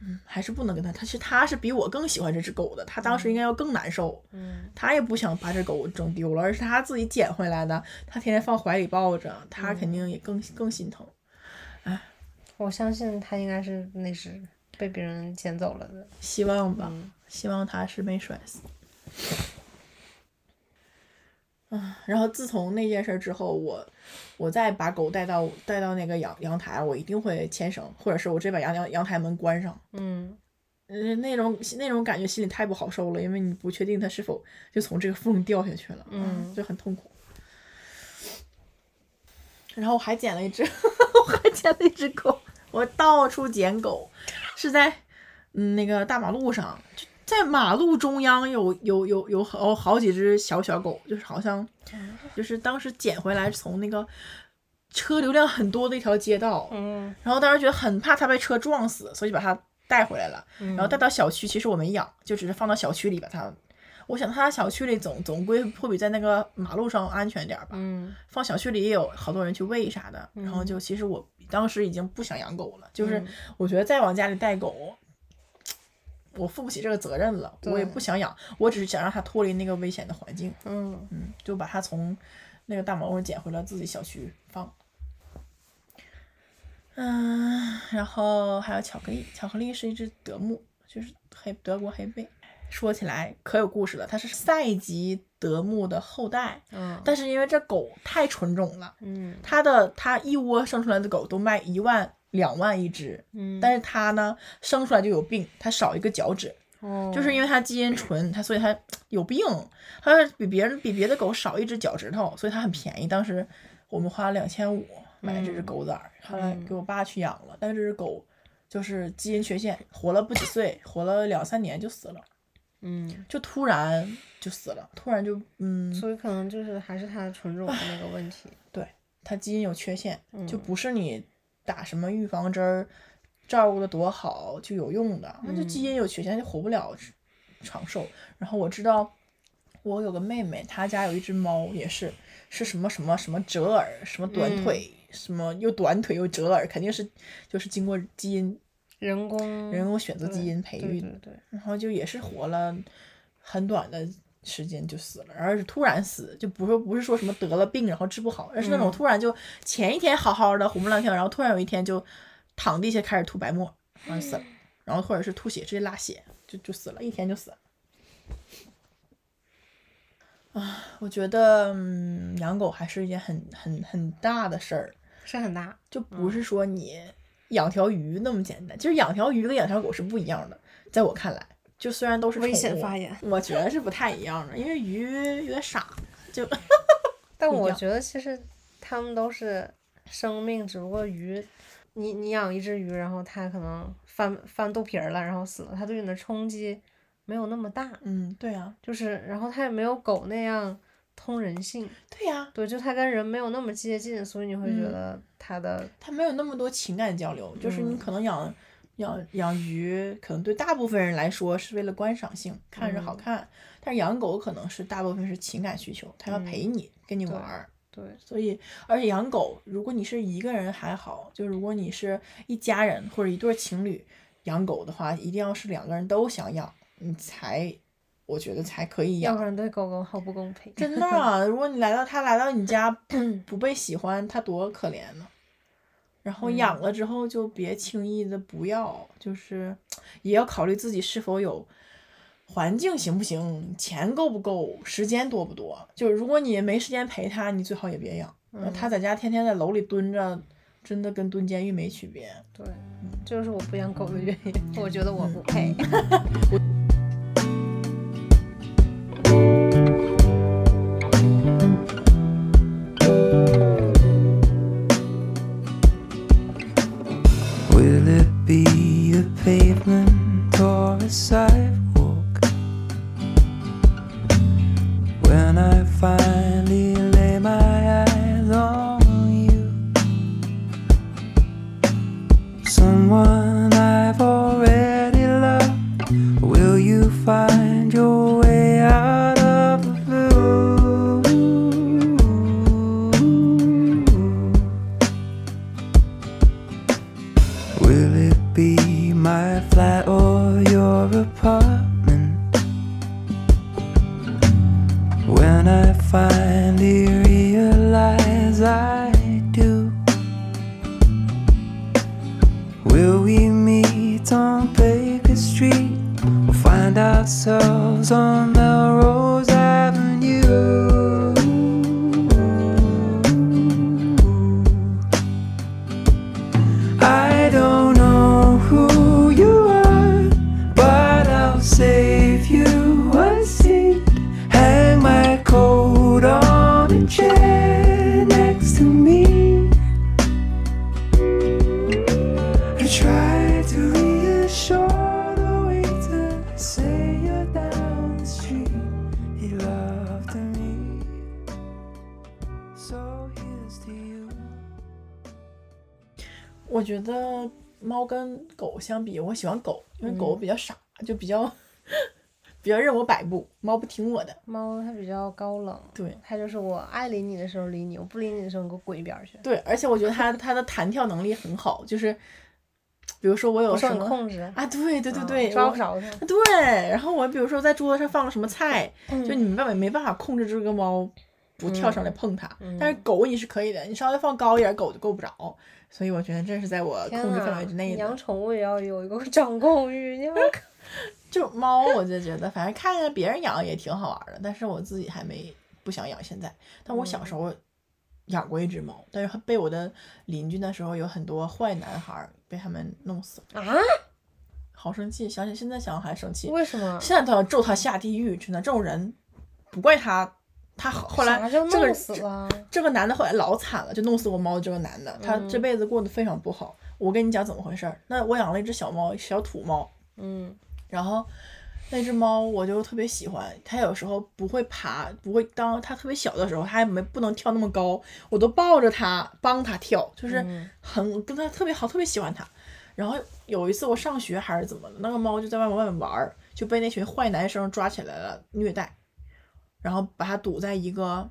嗯，还是不能跟他。他其实他是比我更喜欢这只狗的，他当时应该要更难受。
嗯
他也不想把这狗整丢了，而是他自己捡回来的，他天天放怀里抱着，他肯定也更、更心疼。
我相信他应该是那只被别人捡走了的，
希望吧，
嗯
希望他是没摔死。啊，然后自从那件事儿之后，我我再把狗带到带到那个阳阳台，我一定会牵绳，或者是我直接把阳阳阳台门关上。
嗯，
呃，那种那种感觉心里太不好受了，因为你不确定它是否就从这个缝掉下去了，啊
嗯
就很痛苦。然后我还捡了一只， 我还捡了一只狗，我到处捡狗，是在嗯那个大马路上，就在马路中央有有有有好好几只小小狗，就是好像
嗯
就是当时捡回来从那个车流量很多的一条街道，
嗯，
然后当时觉得很怕它被车撞死，所以就把它带回来了。
嗯
然后带到小区，其实我没养，就只是放到小区里把它。我想它在小区里总总归会比在那个马路上安全点儿吧。
嗯，
放小区里也有好多人去喂啥的，然后
嗯
就其实我当时已经不想养狗了，就是
嗯
我觉得再往家里带狗，我负不起这个责任了，我也
对
不想养，我只是想让它脱离那个危险的环境，
嗯
嗯，就把它从那个大马路上捡回了自己小区放。嗯，然后还有巧克力，巧克力是一只德牧，就是黑德国黑背。说起来可有故事了，它是赛级德牧的后代，
嗯，
但是因为这狗太纯种了，
嗯
它的它一窝生出来的狗都卖一万两万一只，
嗯，
但是它呢生出来就有病，它少一个脚趾，
哦
就是因为它基因纯，它所以它有病，它比别人比别的狗少一只脚趾头，所以它很便宜。当时我们花了两千五买这只狗崽儿，后来给我爸去养了，但是这只狗就是基因缺陷，活了不几岁，活了两三年就死了，
嗯，
就突然就死了，突然就嗯，
所以可能就是还是它的纯种的那个问题，
对，它基因有缺陷，就
嗯
不是你打什么预防针儿照顾的多好就有用的，那就基
嗯
因有缺陷就活不了长寿。然后我知道我有个妹妹，她家有一只猫，也是是什么什么什么折耳，什么短
嗯
腿，什么又短腿又折耳，肯定是就是经过基因
人工
人工选择基
嗯对
因培育
对对对，
然后就也是活了很短的时间就死了，而是突然死，就不是不是说什么得了病然后治不好，而是那种
嗯
突然就前一天好好的活蹦乱跳，然后突然有一天就躺地下开始吐白沫，然后死了，然后或者是吐血直接拉血就就死了，一天就死了。啊，我觉得嗯，养狗还是一件很很很大的事儿，
是很大，
嗯
就不是说你养条鱼那么简单，就是养条鱼跟养条狗是不一样的。在我看来，就虽然都是
危
宠
险
物
发言
我觉得是不太一样的，因为鱼有点傻，就
但
不一
我
样
觉得其实它们都是生命，只不过鱼，你你养一只鱼，然后它可能翻翻肚皮儿了，然后死了，它对你的冲击没有那么大，
嗯，对呀、
就是然后它也没有狗那样通人性，
对呀、
对，就它跟人没有那么接近，所以你会觉
嗯
得它的、
它没有那么多情感交流，就是你
嗯
可能养、养养鱼，可能对大部分人来说是为了观赏性，看着好
嗯
看，但是养狗可能是大部分是情感需求，它要
嗯
陪你，跟你
对
玩儿。
对，
所以，而且养狗，如果你是一个人还好，就如果你是一家人或者一对情侣养狗的话，一定要是两个人都想养，你才，我觉得才可以
要
养
不。然对狗狗好不公平。
真的啊、 如果你来到它来到你家不被喜欢，它多可怜呢。然后
嗯
养了之后就别轻易的不要，就是也要考虑自己是否有环境行不行，钱够不够，时间多不多。就是如果你没时间陪它，你最好也别养。那
嗯
它在家天天在楼里蹲着，真的跟蹲监狱没区别。
对，就是我不养狗的原因，我觉得我不配。
嗯
Will it be a pavement or a sidewalk? When I finally lay my eyes on you, someone I've already loved, will you find your way out of the blue? Will it be my flat or your apartment? When I finally realize I do, will we meet on Baker Street? We'll find ourselves on Melrose Avenue. I don't know who you are, but I'll save you a seat. Hang my coat on a chair next to me. I try to reassure the waiter, say you're down the street. He loved me. So here's to you.
我觉得猫跟狗相比，我喜欢狗，因为狗
嗯
比较傻，就比较 比较任我摆布，猫不听我的。
猫它比较高冷，
对
它就是我爱理你的时候理你，我不理你的时候你给我滚一边儿去，
对，而且我觉得它它的弹跳能力很好，就是比如说我有
不受
什
你
么
控制。
啊，对对对
嗯
对，
抓
我
不着它。
对，然后我比如说在桌子上放了什么菜， 就
嗯
你没办法没办法控制这个猫不跳上来碰它，但
嗯
是狗你是可以的，你稍微放高一点，狗就够不着，所以我觉得这是在我
天
控制范
呐
围之内
养
的。
宠物也要有一个掌控欲， 你要看
就猫，我就觉得反正看着别人养也挺好玩的，但是我自己还没不想养现在。但我小时
嗯
候养过一只猫，但是被我的邻居那时候有很多坏男孩儿被他们弄死了。
啊？
好生气，想起现在想还生气，
为什么？
现在都要咒他下地狱。真的，这种人不怪他，他好后来
啥叫
这个
弄死了？
这个男的后来老惨了，就弄死我猫的这个男的，他
嗯
这辈子过得非常不好。我跟你讲怎么回事儿，那我养了一只小猫，小土猫，
嗯
然后那只猫我就特别喜欢，它有时候不会爬，不会当它特别小的时候，它还没不能跳那么高，我都抱着它帮它跳，就是很跟它特别好，特别喜欢它。然后有一次我上学还是怎么的，那个猫就在外面外面玩儿，就被那群坏男生抓起来了虐待，然后把它堵在一个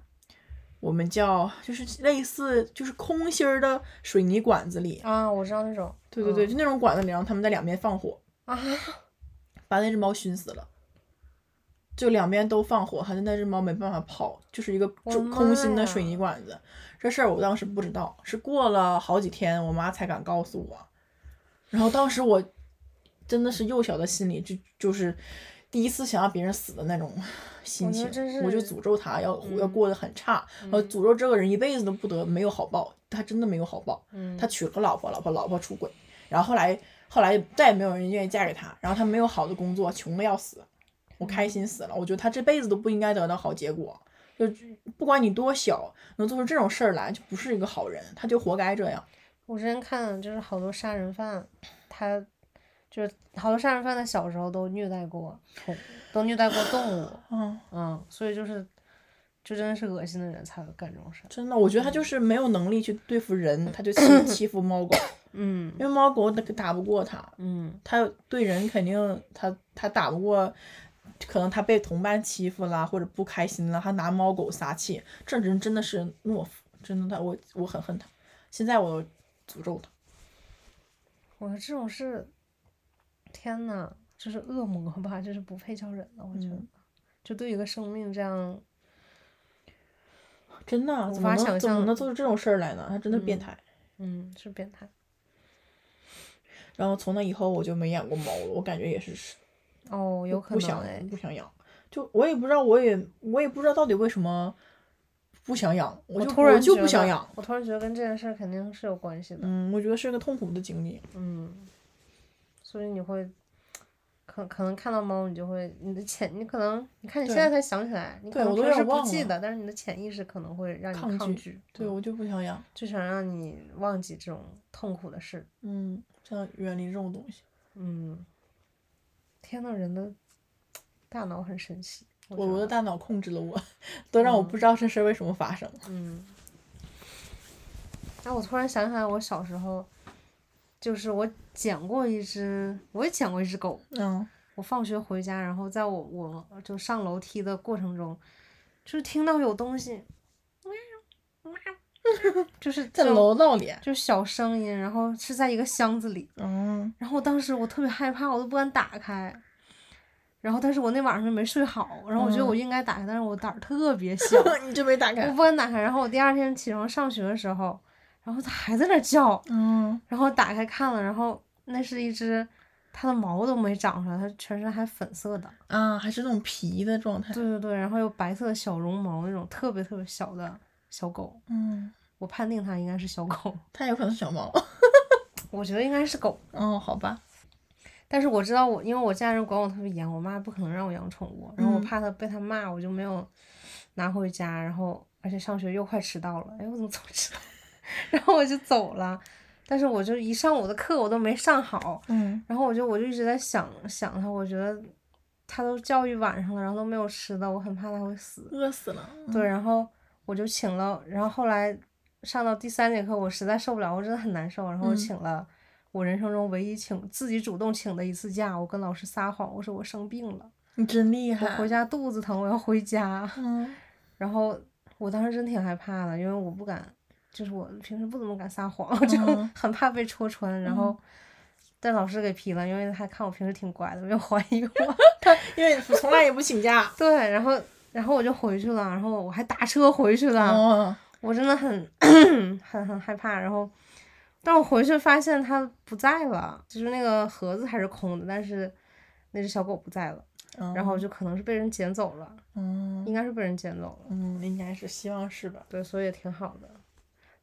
我们叫就是类似就是空心儿的水泥管子里，
啊，我知道那种。
对对对，就那种管子里，然后他们在两边放火，
嗯啊，
把那只猫熏死了，就两边都放火，还是那只猫没办法跑，就是一个
我
就
的妈
空心的
呀
水泥管子。这事儿我当时不知道，是过了好几天我妈才敢告诉我，然后当时我真的是幼小的心里就就是第一次想让别人死的那种心
我觉
情
得真，是嗯
我就诅咒他要要过得很差，我诅咒这个人一辈子都不得没有好报，他真的没有好报。
嗯
他娶了个老婆，老婆老婆出轨，然后后来后来再也没有人愿意嫁给他，然后他没有好的工作，穷的要死，我开心死了。我觉得他这辈子都不应该得到好结果，就不管你多小，能做出这种事儿来，就不是一个好人，他就活该这样。
我之前看就是好多杀人犯，他就是好多杀人犯，他小时候都虐待过宠，都虐待过动物，
嗯，
嗯，所以就是就真的是恶心的人才会干这种事儿，
真的，我觉得他就是没有能力去对付人，他就欺欺负猫狗，
嗯
因为猫狗打打不过他，
嗯
他对人肯定他他打不过，可能他被同伴欺负啦，或者不开心了，他拿猫狗撒气，这人真的是懦夫，真的他我我很恨他，现在我诅咒他，
我说这种事，天呐，就是恶魔吧，就是不配叫人了，我觉得，
嗯
就对一个生命这样，
真的啊怎
无
么
法
能
想
怎么
象
能做出这种事儿来呢？他真的变
嗯
态。
嗯，是变态。
然后从那以后我就没养过猫了，我感觉也是
哦，有可
不
能
想
哎，
不想养，就我也不知道，我也我也不知道到底为什么不想养，我就
突然
就
觉
不想
得
养。
我突然觉得跟这件事儿肯定是有关系的，
嗯，我觉得是个痛苦的经历。
嗯，所以你会，可可能看到猫，你就会你的潜，你可能你看你现
对
在才想起来，你可
对
能
我都
平
有
时
点
不
忘
记
了
得，但是你的潜意识可能会让你
抗
抗
拒
拒
对，我就不想养。
就想让你忘记这种痛苦的事，
嗯，像远离这种东西。
嗯，天呐，人的大脑很神奇，
我嗯
觉
我的
得
大脑控制了我，都让我不知道这事儿为什么发生。
嗯，哎、我突然想起来，我小时候，就是我捡过一只，我也捡过一只狗。
嗯，
我放学回家，然后在我我就上楼梯的过程中，就是听到有东西，就是
在
这种
楼道里。
就小声音，然后是在一个箱子里，
嗯，
然后当时我特别害怕，我都不敢打开。然后，但是我那晚上就没睡好，然后我觉得
嗯
我应该打开，但是我胆儿特别 小，
你就没打
我
开。
不敢打开。然后我第二天起床上学的时候，然后它还在那儿叫，
嗯，
然后打开看了，然后那是一只，它的毛都没长出来，它全身还粉色的，
啊，还是那种皮的状态。
对对对，然后有白色的小绒毛那种特别特别小的小狗，
嗯，
我判定它应该是小狗，
它有可能是小猫。
我觉得应该是狗，
哦，好吧。
但是我知道我因为我家人管我特别严，我妈不可能让我养宠物，然后我
嗯
怕它被它骂，我就没有拿回家，然后而且上学又快迟到了，哎，我怎么总迟到？ 然后我就走了，但是我就一上午的课我都没上好，
嗯
然后我就我就一直在想想它，我觉得它都教育晚上了，然后都没有吃的，我很怕它会死，
饿死了。嗯
对，然后我就请了，然后后来上到第三节课，我实在受不了，我真的很难受，然后我
嗯
请了我人生中唯一请自己主动请的一次假，我跟老师撒谎，我说我生病了，
你真厉
我
害。
回。家肚子疼，我要回家。
嗯
然后我当时真挺害怕的，因为我不敢，就是我平时不怎么敢撒谎， 就
嗯
很怕被戳穿，然后。但老师给批了，因为他看我平时挺乖的，没有怀疑我。
因为从来也不请假。
对，然后然后我就回去了，然后我还打车回去 了。
哦，
我真的很 很很害怕。然后，但我回去发现它不在了，就是那个盒子还是空的，但是那只小狗不在了，然后就可能是被人捡走了，
嗯
应该是被人捡走了。
嗯，应该是希望是吧？
对，所以也挺好的。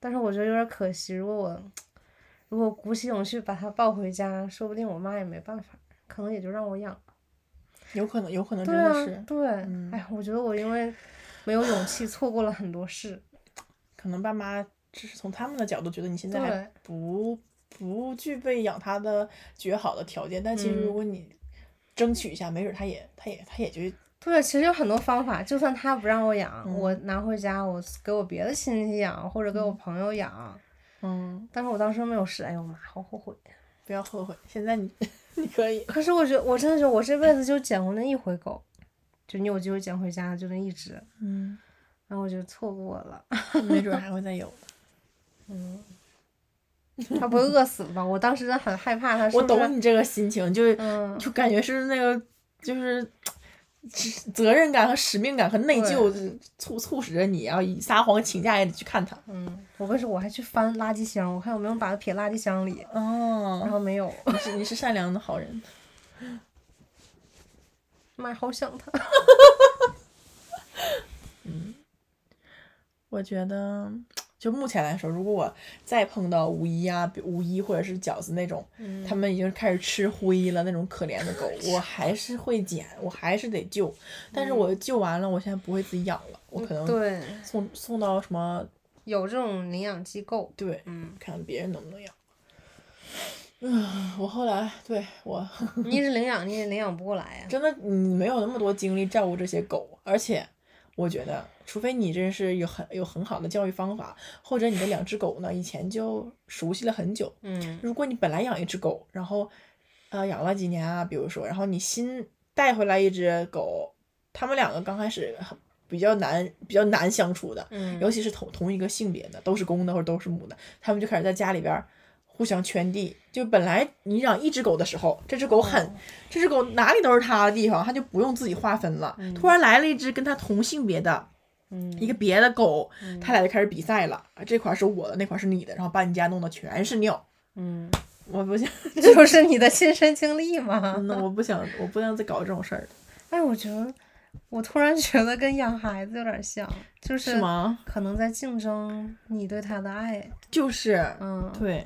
但是我觉得有点可惜，如果我如果鼓起勇气把它抱回家，说不定我妈也没办法，可能也就让我养。
有可能，有可能真
对
的
啊
是，，
对，
嗯
哎，我觉得我因为没有勇气，错过了很多事。
可能爸妈只是从他们的角度觉得你现在
对
还不不具备养它的绝好的条件，但其实
嗯
如果你争取一下，没准它也它也它也就
对，其实有很多方法，就算他不让我养，
嗯
我拿回家，我给我别的亲戚养，或者给我朋友养。
嗯，
但是我当时没有试，哎呦妈，好后悔。
不要后悔。现在你 你可以，
可是我觉得，我真的觉得我这辈子就捡过那一回狗，就你有机会捡回家就那一只，
嗯，
然后我就错过了。
没准还会再有。
它不会饿死吧？我当时真的很害怕它 是
我
不是。
懂你这个心情，就是
嗯，
就感觉是那个就是。是责任感和使命感和内疚是促促使着你要以撒谎请假也得去看它。
嗯，我跟你说，我还去翻垃圾箱，我看有没有把它撇垃圾箱里，然
哦，
后没有。
你是你是善良的好人。
妈，好想它。
我觉得就目前来说，如果我再碰到五一啊、五一或者是饺子那种，他们已经开始吃灰了那种可怜的狗，我还是会捡，我还是得救。但是我救完了，我现在不会自己养了，我可能
嗯对，
送送到什么
有这种领养机构，
对，
嗯，
看别人能不能养。嗯，我后来对我
你一直领养，你也领养不过来啊呀、
真的嗯没有那么多精力照顾这些狗，而且我觉得，除非你真是有很有很好的教育方法，或者你的两只狗呢以前就熟悉了很久。
嗯，
如果你本来养一只狗，然后呃养了几年啊，比如说，然后你新带回来一只狗，它们两个刚开始很比较难比较难相处的，
嗯
尤其是同同一个性别的，都是公的或者都是母的，它们就开始在家里边儿互相圈地。就本来你养一只狗的时候，这只狗
哦
很，这只狗哪里都是它的地方，它就不用自己划分了。
嗯
突然来了一只跟它同性别的。一个别的狗，
嗯
它俩就开始比赛了。啊这块儿是我的，那块儿是你的，然后把你家弄得全是尿。
嗯，
我不想，
这不是你的亲身经历 吗？
那我不想，我不想再搞这种事儿了，
哎，我觉得，我突然觉得跟养孩子有点像，就是
是吗？
可能在竞争你对他的爱，
就是，
嗯，
对，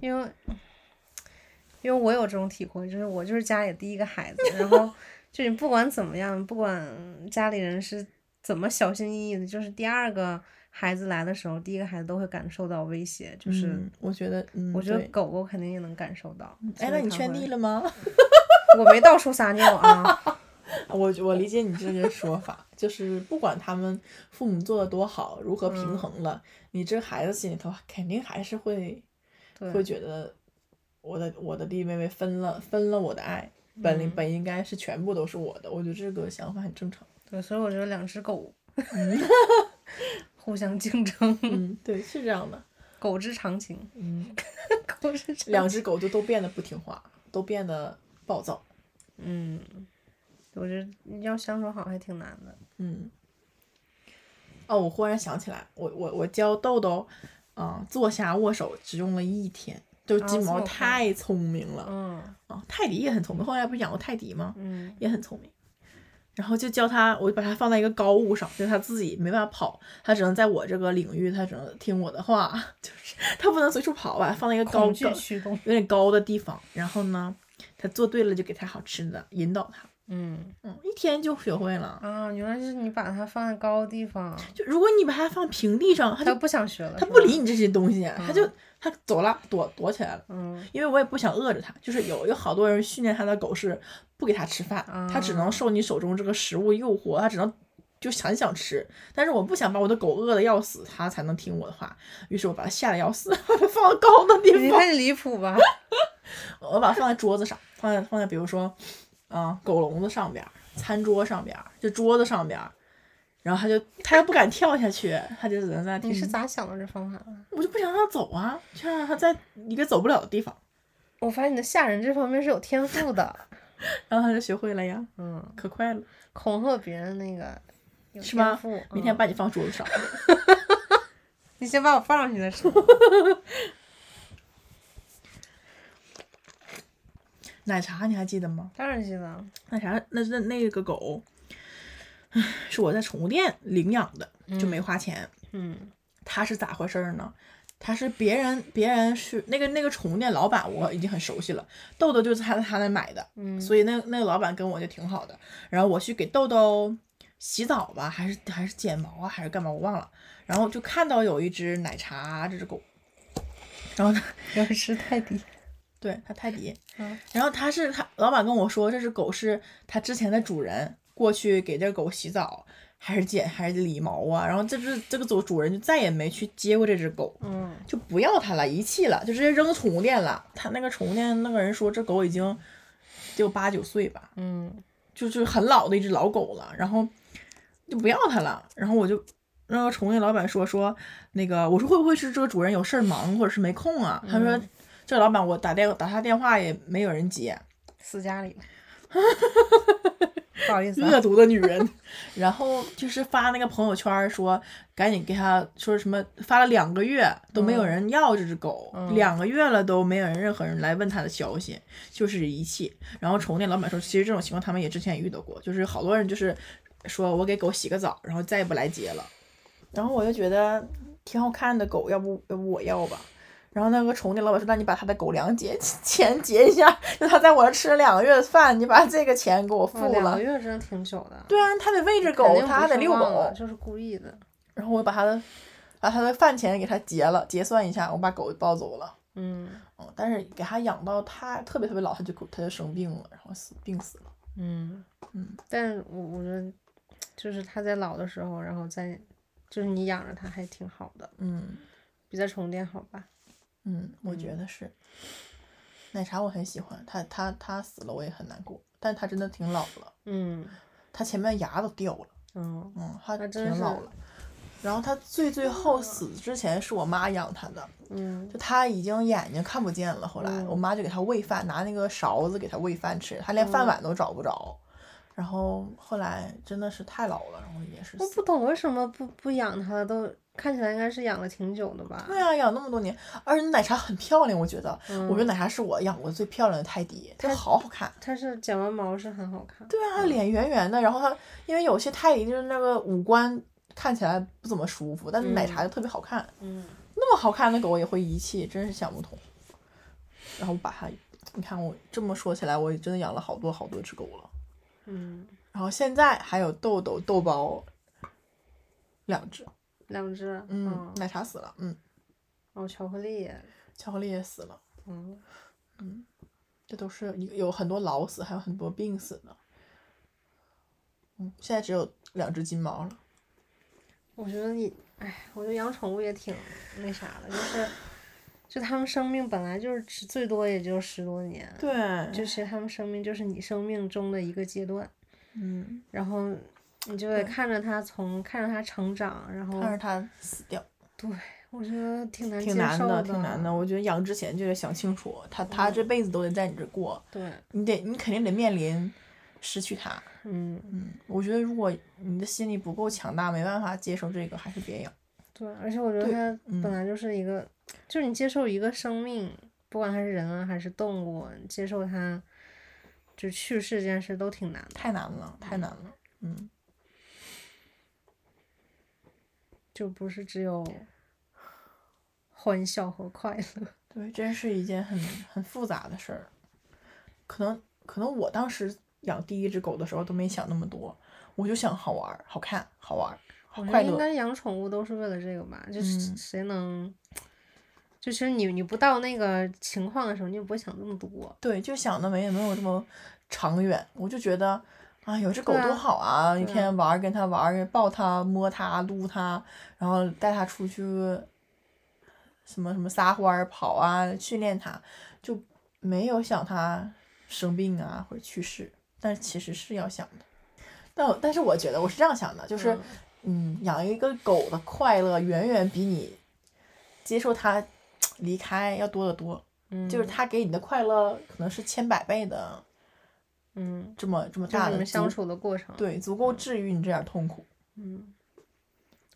因为因为我有这种体会，就是我就是家里第一个孩子，然 后就你不管怎么样，不管家里人是怎么小心翼翼的，就是第二个孩子来的时候，第一个孩子都会感受到威胁，就是。
嗯我觉得，嗯，
我觉得
对
狗狗肯定也能感受到。
哎，那你圈地
了？
了吗？
我没到处撒尿 啊。
我我理解你这个说法，就是不管他们父母做的多好，如何平衡了，你这孩子心里头肯定还是会会
对，
觉得我的我的弟弟妹妹分了分了我的爱，本应本应该是全部都是我的，我觉得这个想法很正常。
对，所以我觉得两只 狗互相竞争，
嗯，对，是这样的。
狗之常情。
嗯，
狗之常
两只狗就都变得不听话，都变得暴躁。
嗯，我觉得要相处好还挺难的。
嗯。哦，我忽然想起来，我我我教豆豆，啊、坐下握手只用了一天，就是
啊
金毛
这么快
太聪明了啊、
嗯
泰迪也很聪明，后来不是养过泰迪吗？
嗯
也很聪明。然后就教他，我就把他放在一个高物上，就是他自己没办法跑，他只能在我这个领域，他只能听我的话， 就是他不能随处跑吧，放在一个高
恐惧
高
驱动。
有点高的地方。然后呢，他做对了就给他好吃的，引导他，
嗯
嗯，一天就学会了。
啊，原来是你把它放在高的地方，
就如果你把它放平地上，它
它
就
不想学了。
它
是
不
吧
理。你这些东西，它就它走了，躲躲起来了。
嗯
因为我也不想饿着它，就是有有好多人训练它的狗是不给它吃饭，它只
啊
能受你手中这个食物诱惑，它只能就很想吃。但是我不想把我的狗饿得要死，它才能听我的话。于是我把它吓得要死， 把它放到高的地
你
方，
太离谱吧！
我把它放在桌子上，放在放在比如说，啊、狗笼子上边儿，餐桌上边儿，就桌子上边儿。然后它就它又不敢跳下去，它就只能在
你是
听
咋想到这方法的？
我就不想让他走啊，就让他在一个走不了的地方，
我发现你的吓人这方面是有天赋 的。
然后他就学会了呀，
嗯。
可快了，
恐吓别人那个有
是吗
天赋？
明天
嗯
把你放桌子上。
你先把我放上去再说。
奶茶你还记得吗？
当然记得，
奶茶那那那个狗，唉是我在宠物店领养的，就没花钱。
嗯
它是咋回事儿呢？它是别人，别人是那个那个宠物店老板，我已经很熟悉了。豆豆就是他在他那买的，
嗯
所以那那个老板跟我就挺好的。然后我去给豆豆洗澡吧，还是还是剪毛啊，还是干嘛我忘了。然后就看到有一只奶茶这只狗，然后它
要吃泰迪。
对它泰迪，
嗯
然后它是它老板跟我说，这只狗是它之前的主人过去给这狗洗澡，还是剪还是理毛啊。然后这只这个主主人就再也没去接过这只狗，
嗯
就不要它了，遗弃了，就直接扔宠物店了。他那个宠物店那个人说，这狗已经得有八九岁吧，
嗯
就是很老的一只老狗了，然后就不要它了。然后我就那个宠物店老板说说那个，我说会不会是这个主人有事儿忙或者是没空啊？他说这个老板我打电打他电话也没有人接，
私家 里。不好意思、啊
恶，毒的女人。 然后就是发那个朋友圈儿说，赶紧给他说什么，发了两个月都没有人要这只狗，两个月了都没有人任何人来问他的消息，就是遗弃。然后宠物店老板说，其实这种情况他们也之前也遇到过，就是好多人就是说我给狗洗个澡，然后再也不来接了。然后我就觉得挺好看的狗，要不要不我要吧？然后那个宠物店老板说，那你把他的狗粮结钱结一下， 就他在我这吃了两个月的饭，你把哦这个钱给我付
哇两
了
个。月真的挺久的。
对啊，他得喂着
肯
狗，
定
他
不
还得
是
遛
忘
狗
了，就是故意的。
然后我把他的把他的饭钱给他结了，结算一下，我把狗抱走了。
嗯
嗯，但是给它养到它特别特别老，它就它就生病了，然后死病死了。
嗯
嗯，
但是我我觉得，就是它在老的时候，然后再就是你养着它还挺好的，
嗯
比在宠物店好吧？
嗯，我觉得是。奶茶我很喜欢，它它它死了我也很难过，但它真的挺老了，
嗯
它前面牙都掉了，
嗯
嗯，它
那真
挺
是
老了。然后它最最后死之前是我妈养它的，
嗯
就它已经眼睛看不见了。后来
嗯
我妈就给它喂饭，拿那个勺子给它喂饭吃，它连饭碗都找不着。然后后来真的是太老了，然后也是
我
死
不懂为什么不不养它，都看起来应该是养了挺久的吧？
对啊，养那么多年，而且奶茶很漂亮，我觉得，
嗯
我觉得奶茶是我养过最漂亮的泰迪，它
它
好好看。
它是剪完毛是很好看。
对啊，它脸圆圆的，然后它因为有些泰迪就是那个五官看起来不怎么舒服，但是奶茶就特别好看。
嗯，
那么好看的狗我也会遗弃，真是想不通。然后把它，你看我这么说起来，我真的养了好多好多只狗了。
嗯，
然后现在还有豆豆、豆包两只，
两只，
嗯，奶茶死了，嗯，
哦，巧克力，
巧克力也死了。
嗯，
这都是一个有很多老死，还有很多病死的。嗯，现在只有两只金毛了。
我觉得你，哎，我觉得养宠物也挺那啥的，就是，就它们生命本来就是只最多也就十多年，
对，
就其实它们生命就是你生命中的一个阶段，
嗯，
然后你就得
对
看着它从看着它成长，然后
看着它死掉，
我觉得挺难接
挺难
受
的，挺难的。，我觉得养之前就得想清楚，它它这辈子都得在你这过，
对，
你得你肯定得面临失去它。
嗯，
嗯，我觉得如果你的心理不够强大，没办法接受这个，还是别养。
对，而且我觉得
对
它
嗯
本来就是一个，就是你接受一个生命，不管它是人啊还是动物，你接受它就去世这件事都挺难的。
太难了，太难了。嗯，
就不是只有欢笑和快乐。
对，真是一件很很复杂的事儿。可能可能我当时养第一只狗的时候都没想那么多，我就想好玩儿、好看、好玩儿、好
我觉
快
得应
乐。
该养宠物都是为了这个吧，就是
嗯
谁能，就其实你你不到那个情况的时候，你也不会想这么多。
对，就想的没没有这么长远，我就觉得。啊，有只狗
对啊
多好啊！一
对啊
天玩儿，跟它玩儿，抱它、摸它、撸它，然后带它出去，什么什么撒欢儿、跑啊，训练它，就没有想它生病啊或者去世。但是其实是要想的。但我但是我觉得我是这样想的，就是
嗯
嗯，养一个狗的快乐远远比你接受它离开要多得多。
嗯，
就是它给你的快乐可能是千百倍的，
嗯，
这么这么
就是
大
你
的
们相
足，
处的过程。，
对，足够治愈你这点痛苦。
嗯，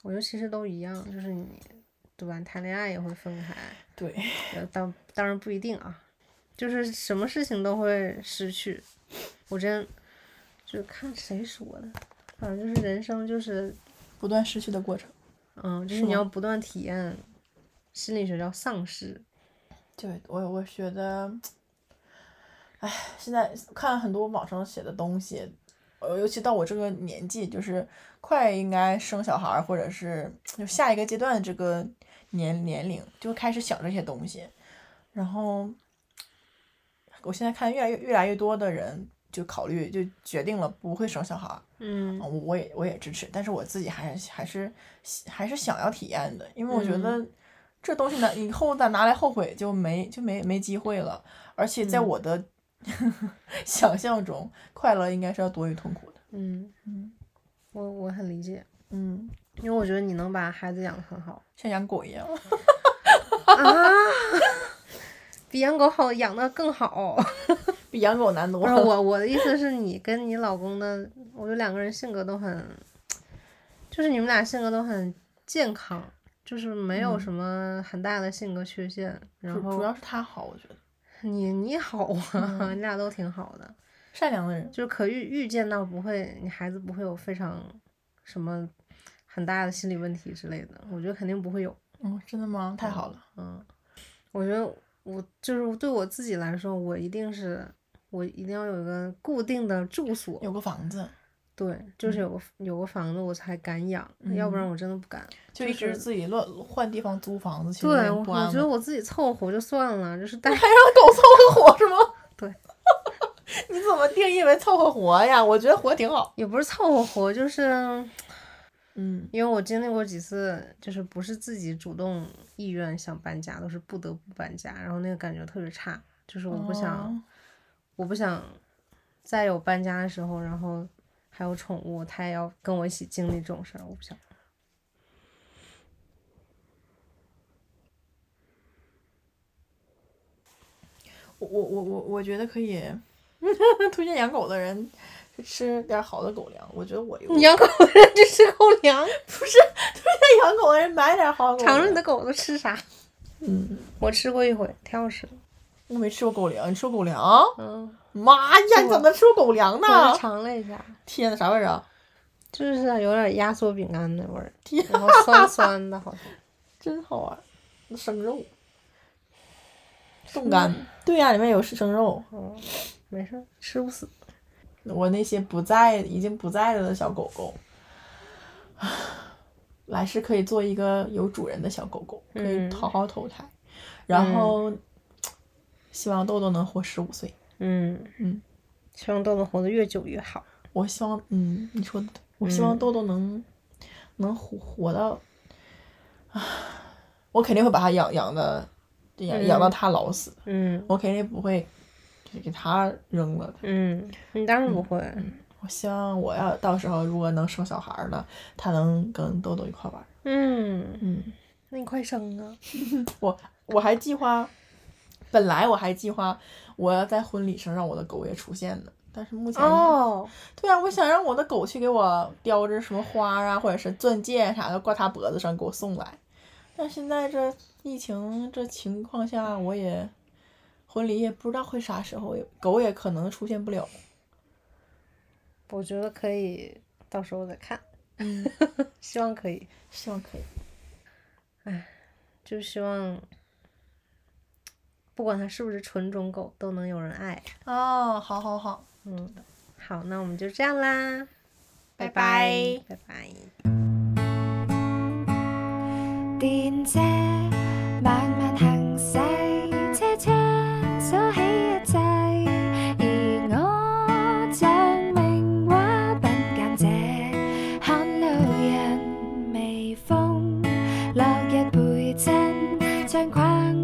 我觉得其实都一样，就是你对吧？谈恋爱也会分开，
对，
呃，当当然不一定啊，就是什么事情都会失去。我真就看谁说的，反正就是人生就是，
不断失去的过程。
嗯，就是
是
你
吗
要不断体验，心理学叫丧失。
对我，我觉得，哎，现在看很多网上写的东西，呃，尤其到我这个年纪，就是快应该生小孩儿，或者是就下一个阶段的这个年年龄，就开始想这些东西。然后，我现在看越来越越来越多的人就考虑就决定了不会生小孩儿，
嗯
啊，我我也我也支持，但是我自己还是还是还是想要体验的，因为我觉得这东西呢，以后再拿来后悔就没就没没机会了。而且在
嗯
我的、 想象中，快乐应该是要多于痛苦的。
嗯
嗯
我我很理解，
嗯，
因为我觉得你能把孩子养得很 好
像养狗一样，
啊， 比养狗好，养得更好。
比养狗难多
不是
了。
我我的意思是你跟你老公的，我觉得两个人性格都很，就是你们俩性格都很健康，就是没有
嗯
什么很大的性格缺陷。然
主主要嗯
后
是他好，我觉得
你你好啊，你俩都挺好的，
善良的人。
就是可预预见到不会，你孩子不会有非常什么很大的心理问题之类的，我觉得肯定不会有。
嗯，真的吗？太好了，
嗯，我觉得我就是对我自己来说，我一定是我一定要有一个固定的住所，
有个房子，
对，就是有个、有个房子我才敢养，要不然
嗯
我真的不敢。
就一直
是
自己乱换地方租房子，其实有
对，
点
我
不
我
安
觉得
稳
我自己凑合就算了，就是 但
还让狗凑合活是吗？
对，
你怎么定义为凑合活呀？我觉得活挺好。
也不是凑合活，就是
嗯，
因为我经历过几次，就是不是自己主动意愿想搬家，都是不得不搬家，然后那个感觉特别差，就是我不想，
哦
我不想再有搬家的时候，然后还有宠物，它也要跟我一起经历这种事儿，我 不想。
我我我我我觉得可以 推荐养狗的人吃点好的狗粮。我觉得我有
你养狗人就吃狗粮，
不是推荐养狗的人买点好狗粮。
尝尝你的狗都吃啥？
嗯，
我吃过一回，挺好吃的。
我没吃过狗粮，你吃过狗粮？
嗯，
妈呀，你怎么能吃过狗粮
我
呢
就？尝了一下，
天呐，啥味儿啊？
就是有点压缩饼干的味儿
天，啊
然后酸酸的，好像。
真好玩，那生肉，冻干。对呀、里面有生肉。
哦，没事儿，吃不死。
我那些不在已经不在了的小狗狗，来世可以做一个有主人的小狗狗，可以
嗯
好好投胎，然后希望豆豆能活十五岁。
嗯
嗯，
希望豆豆活得越久越好。
我希望，嗯，你说的对，我希望
嗯
豆豆能、能活活到，啊，我肯定会把它养养的，养养到
嗯
它老死，
嗯
我肯定不会就是给它扔了。
嗯，你当然不会。
我希望我要到时候如果能生小孩儿了，它能跟豆豆一块儿玩儿。
嗯，
嗯。
那你快生啊！
我我还计划，本来我还计划我要在婚礼上让我的狗也出现呢，但是目前、
哦，
对啊，我想让我的狗去给我叼着什么花啊，或者是钻戒啥的挂它脖子上给我送来，但现在这疫情这情况下，我也婚礼也不知道会啥时候，狗也可能出现不了。
我觉得可以，到时候再看。
嗯，
希望可以，
希望可以。
就希望，不管它是不是纯种狗，都能有人爱。
哦，好好好，
嗯，好，那我们就这样啦，拜
拜
拜拜。
電車慢慢行駛，車窗鎖起一切，而我像名畫品鑑者，看路人微風落日陪襯，像逛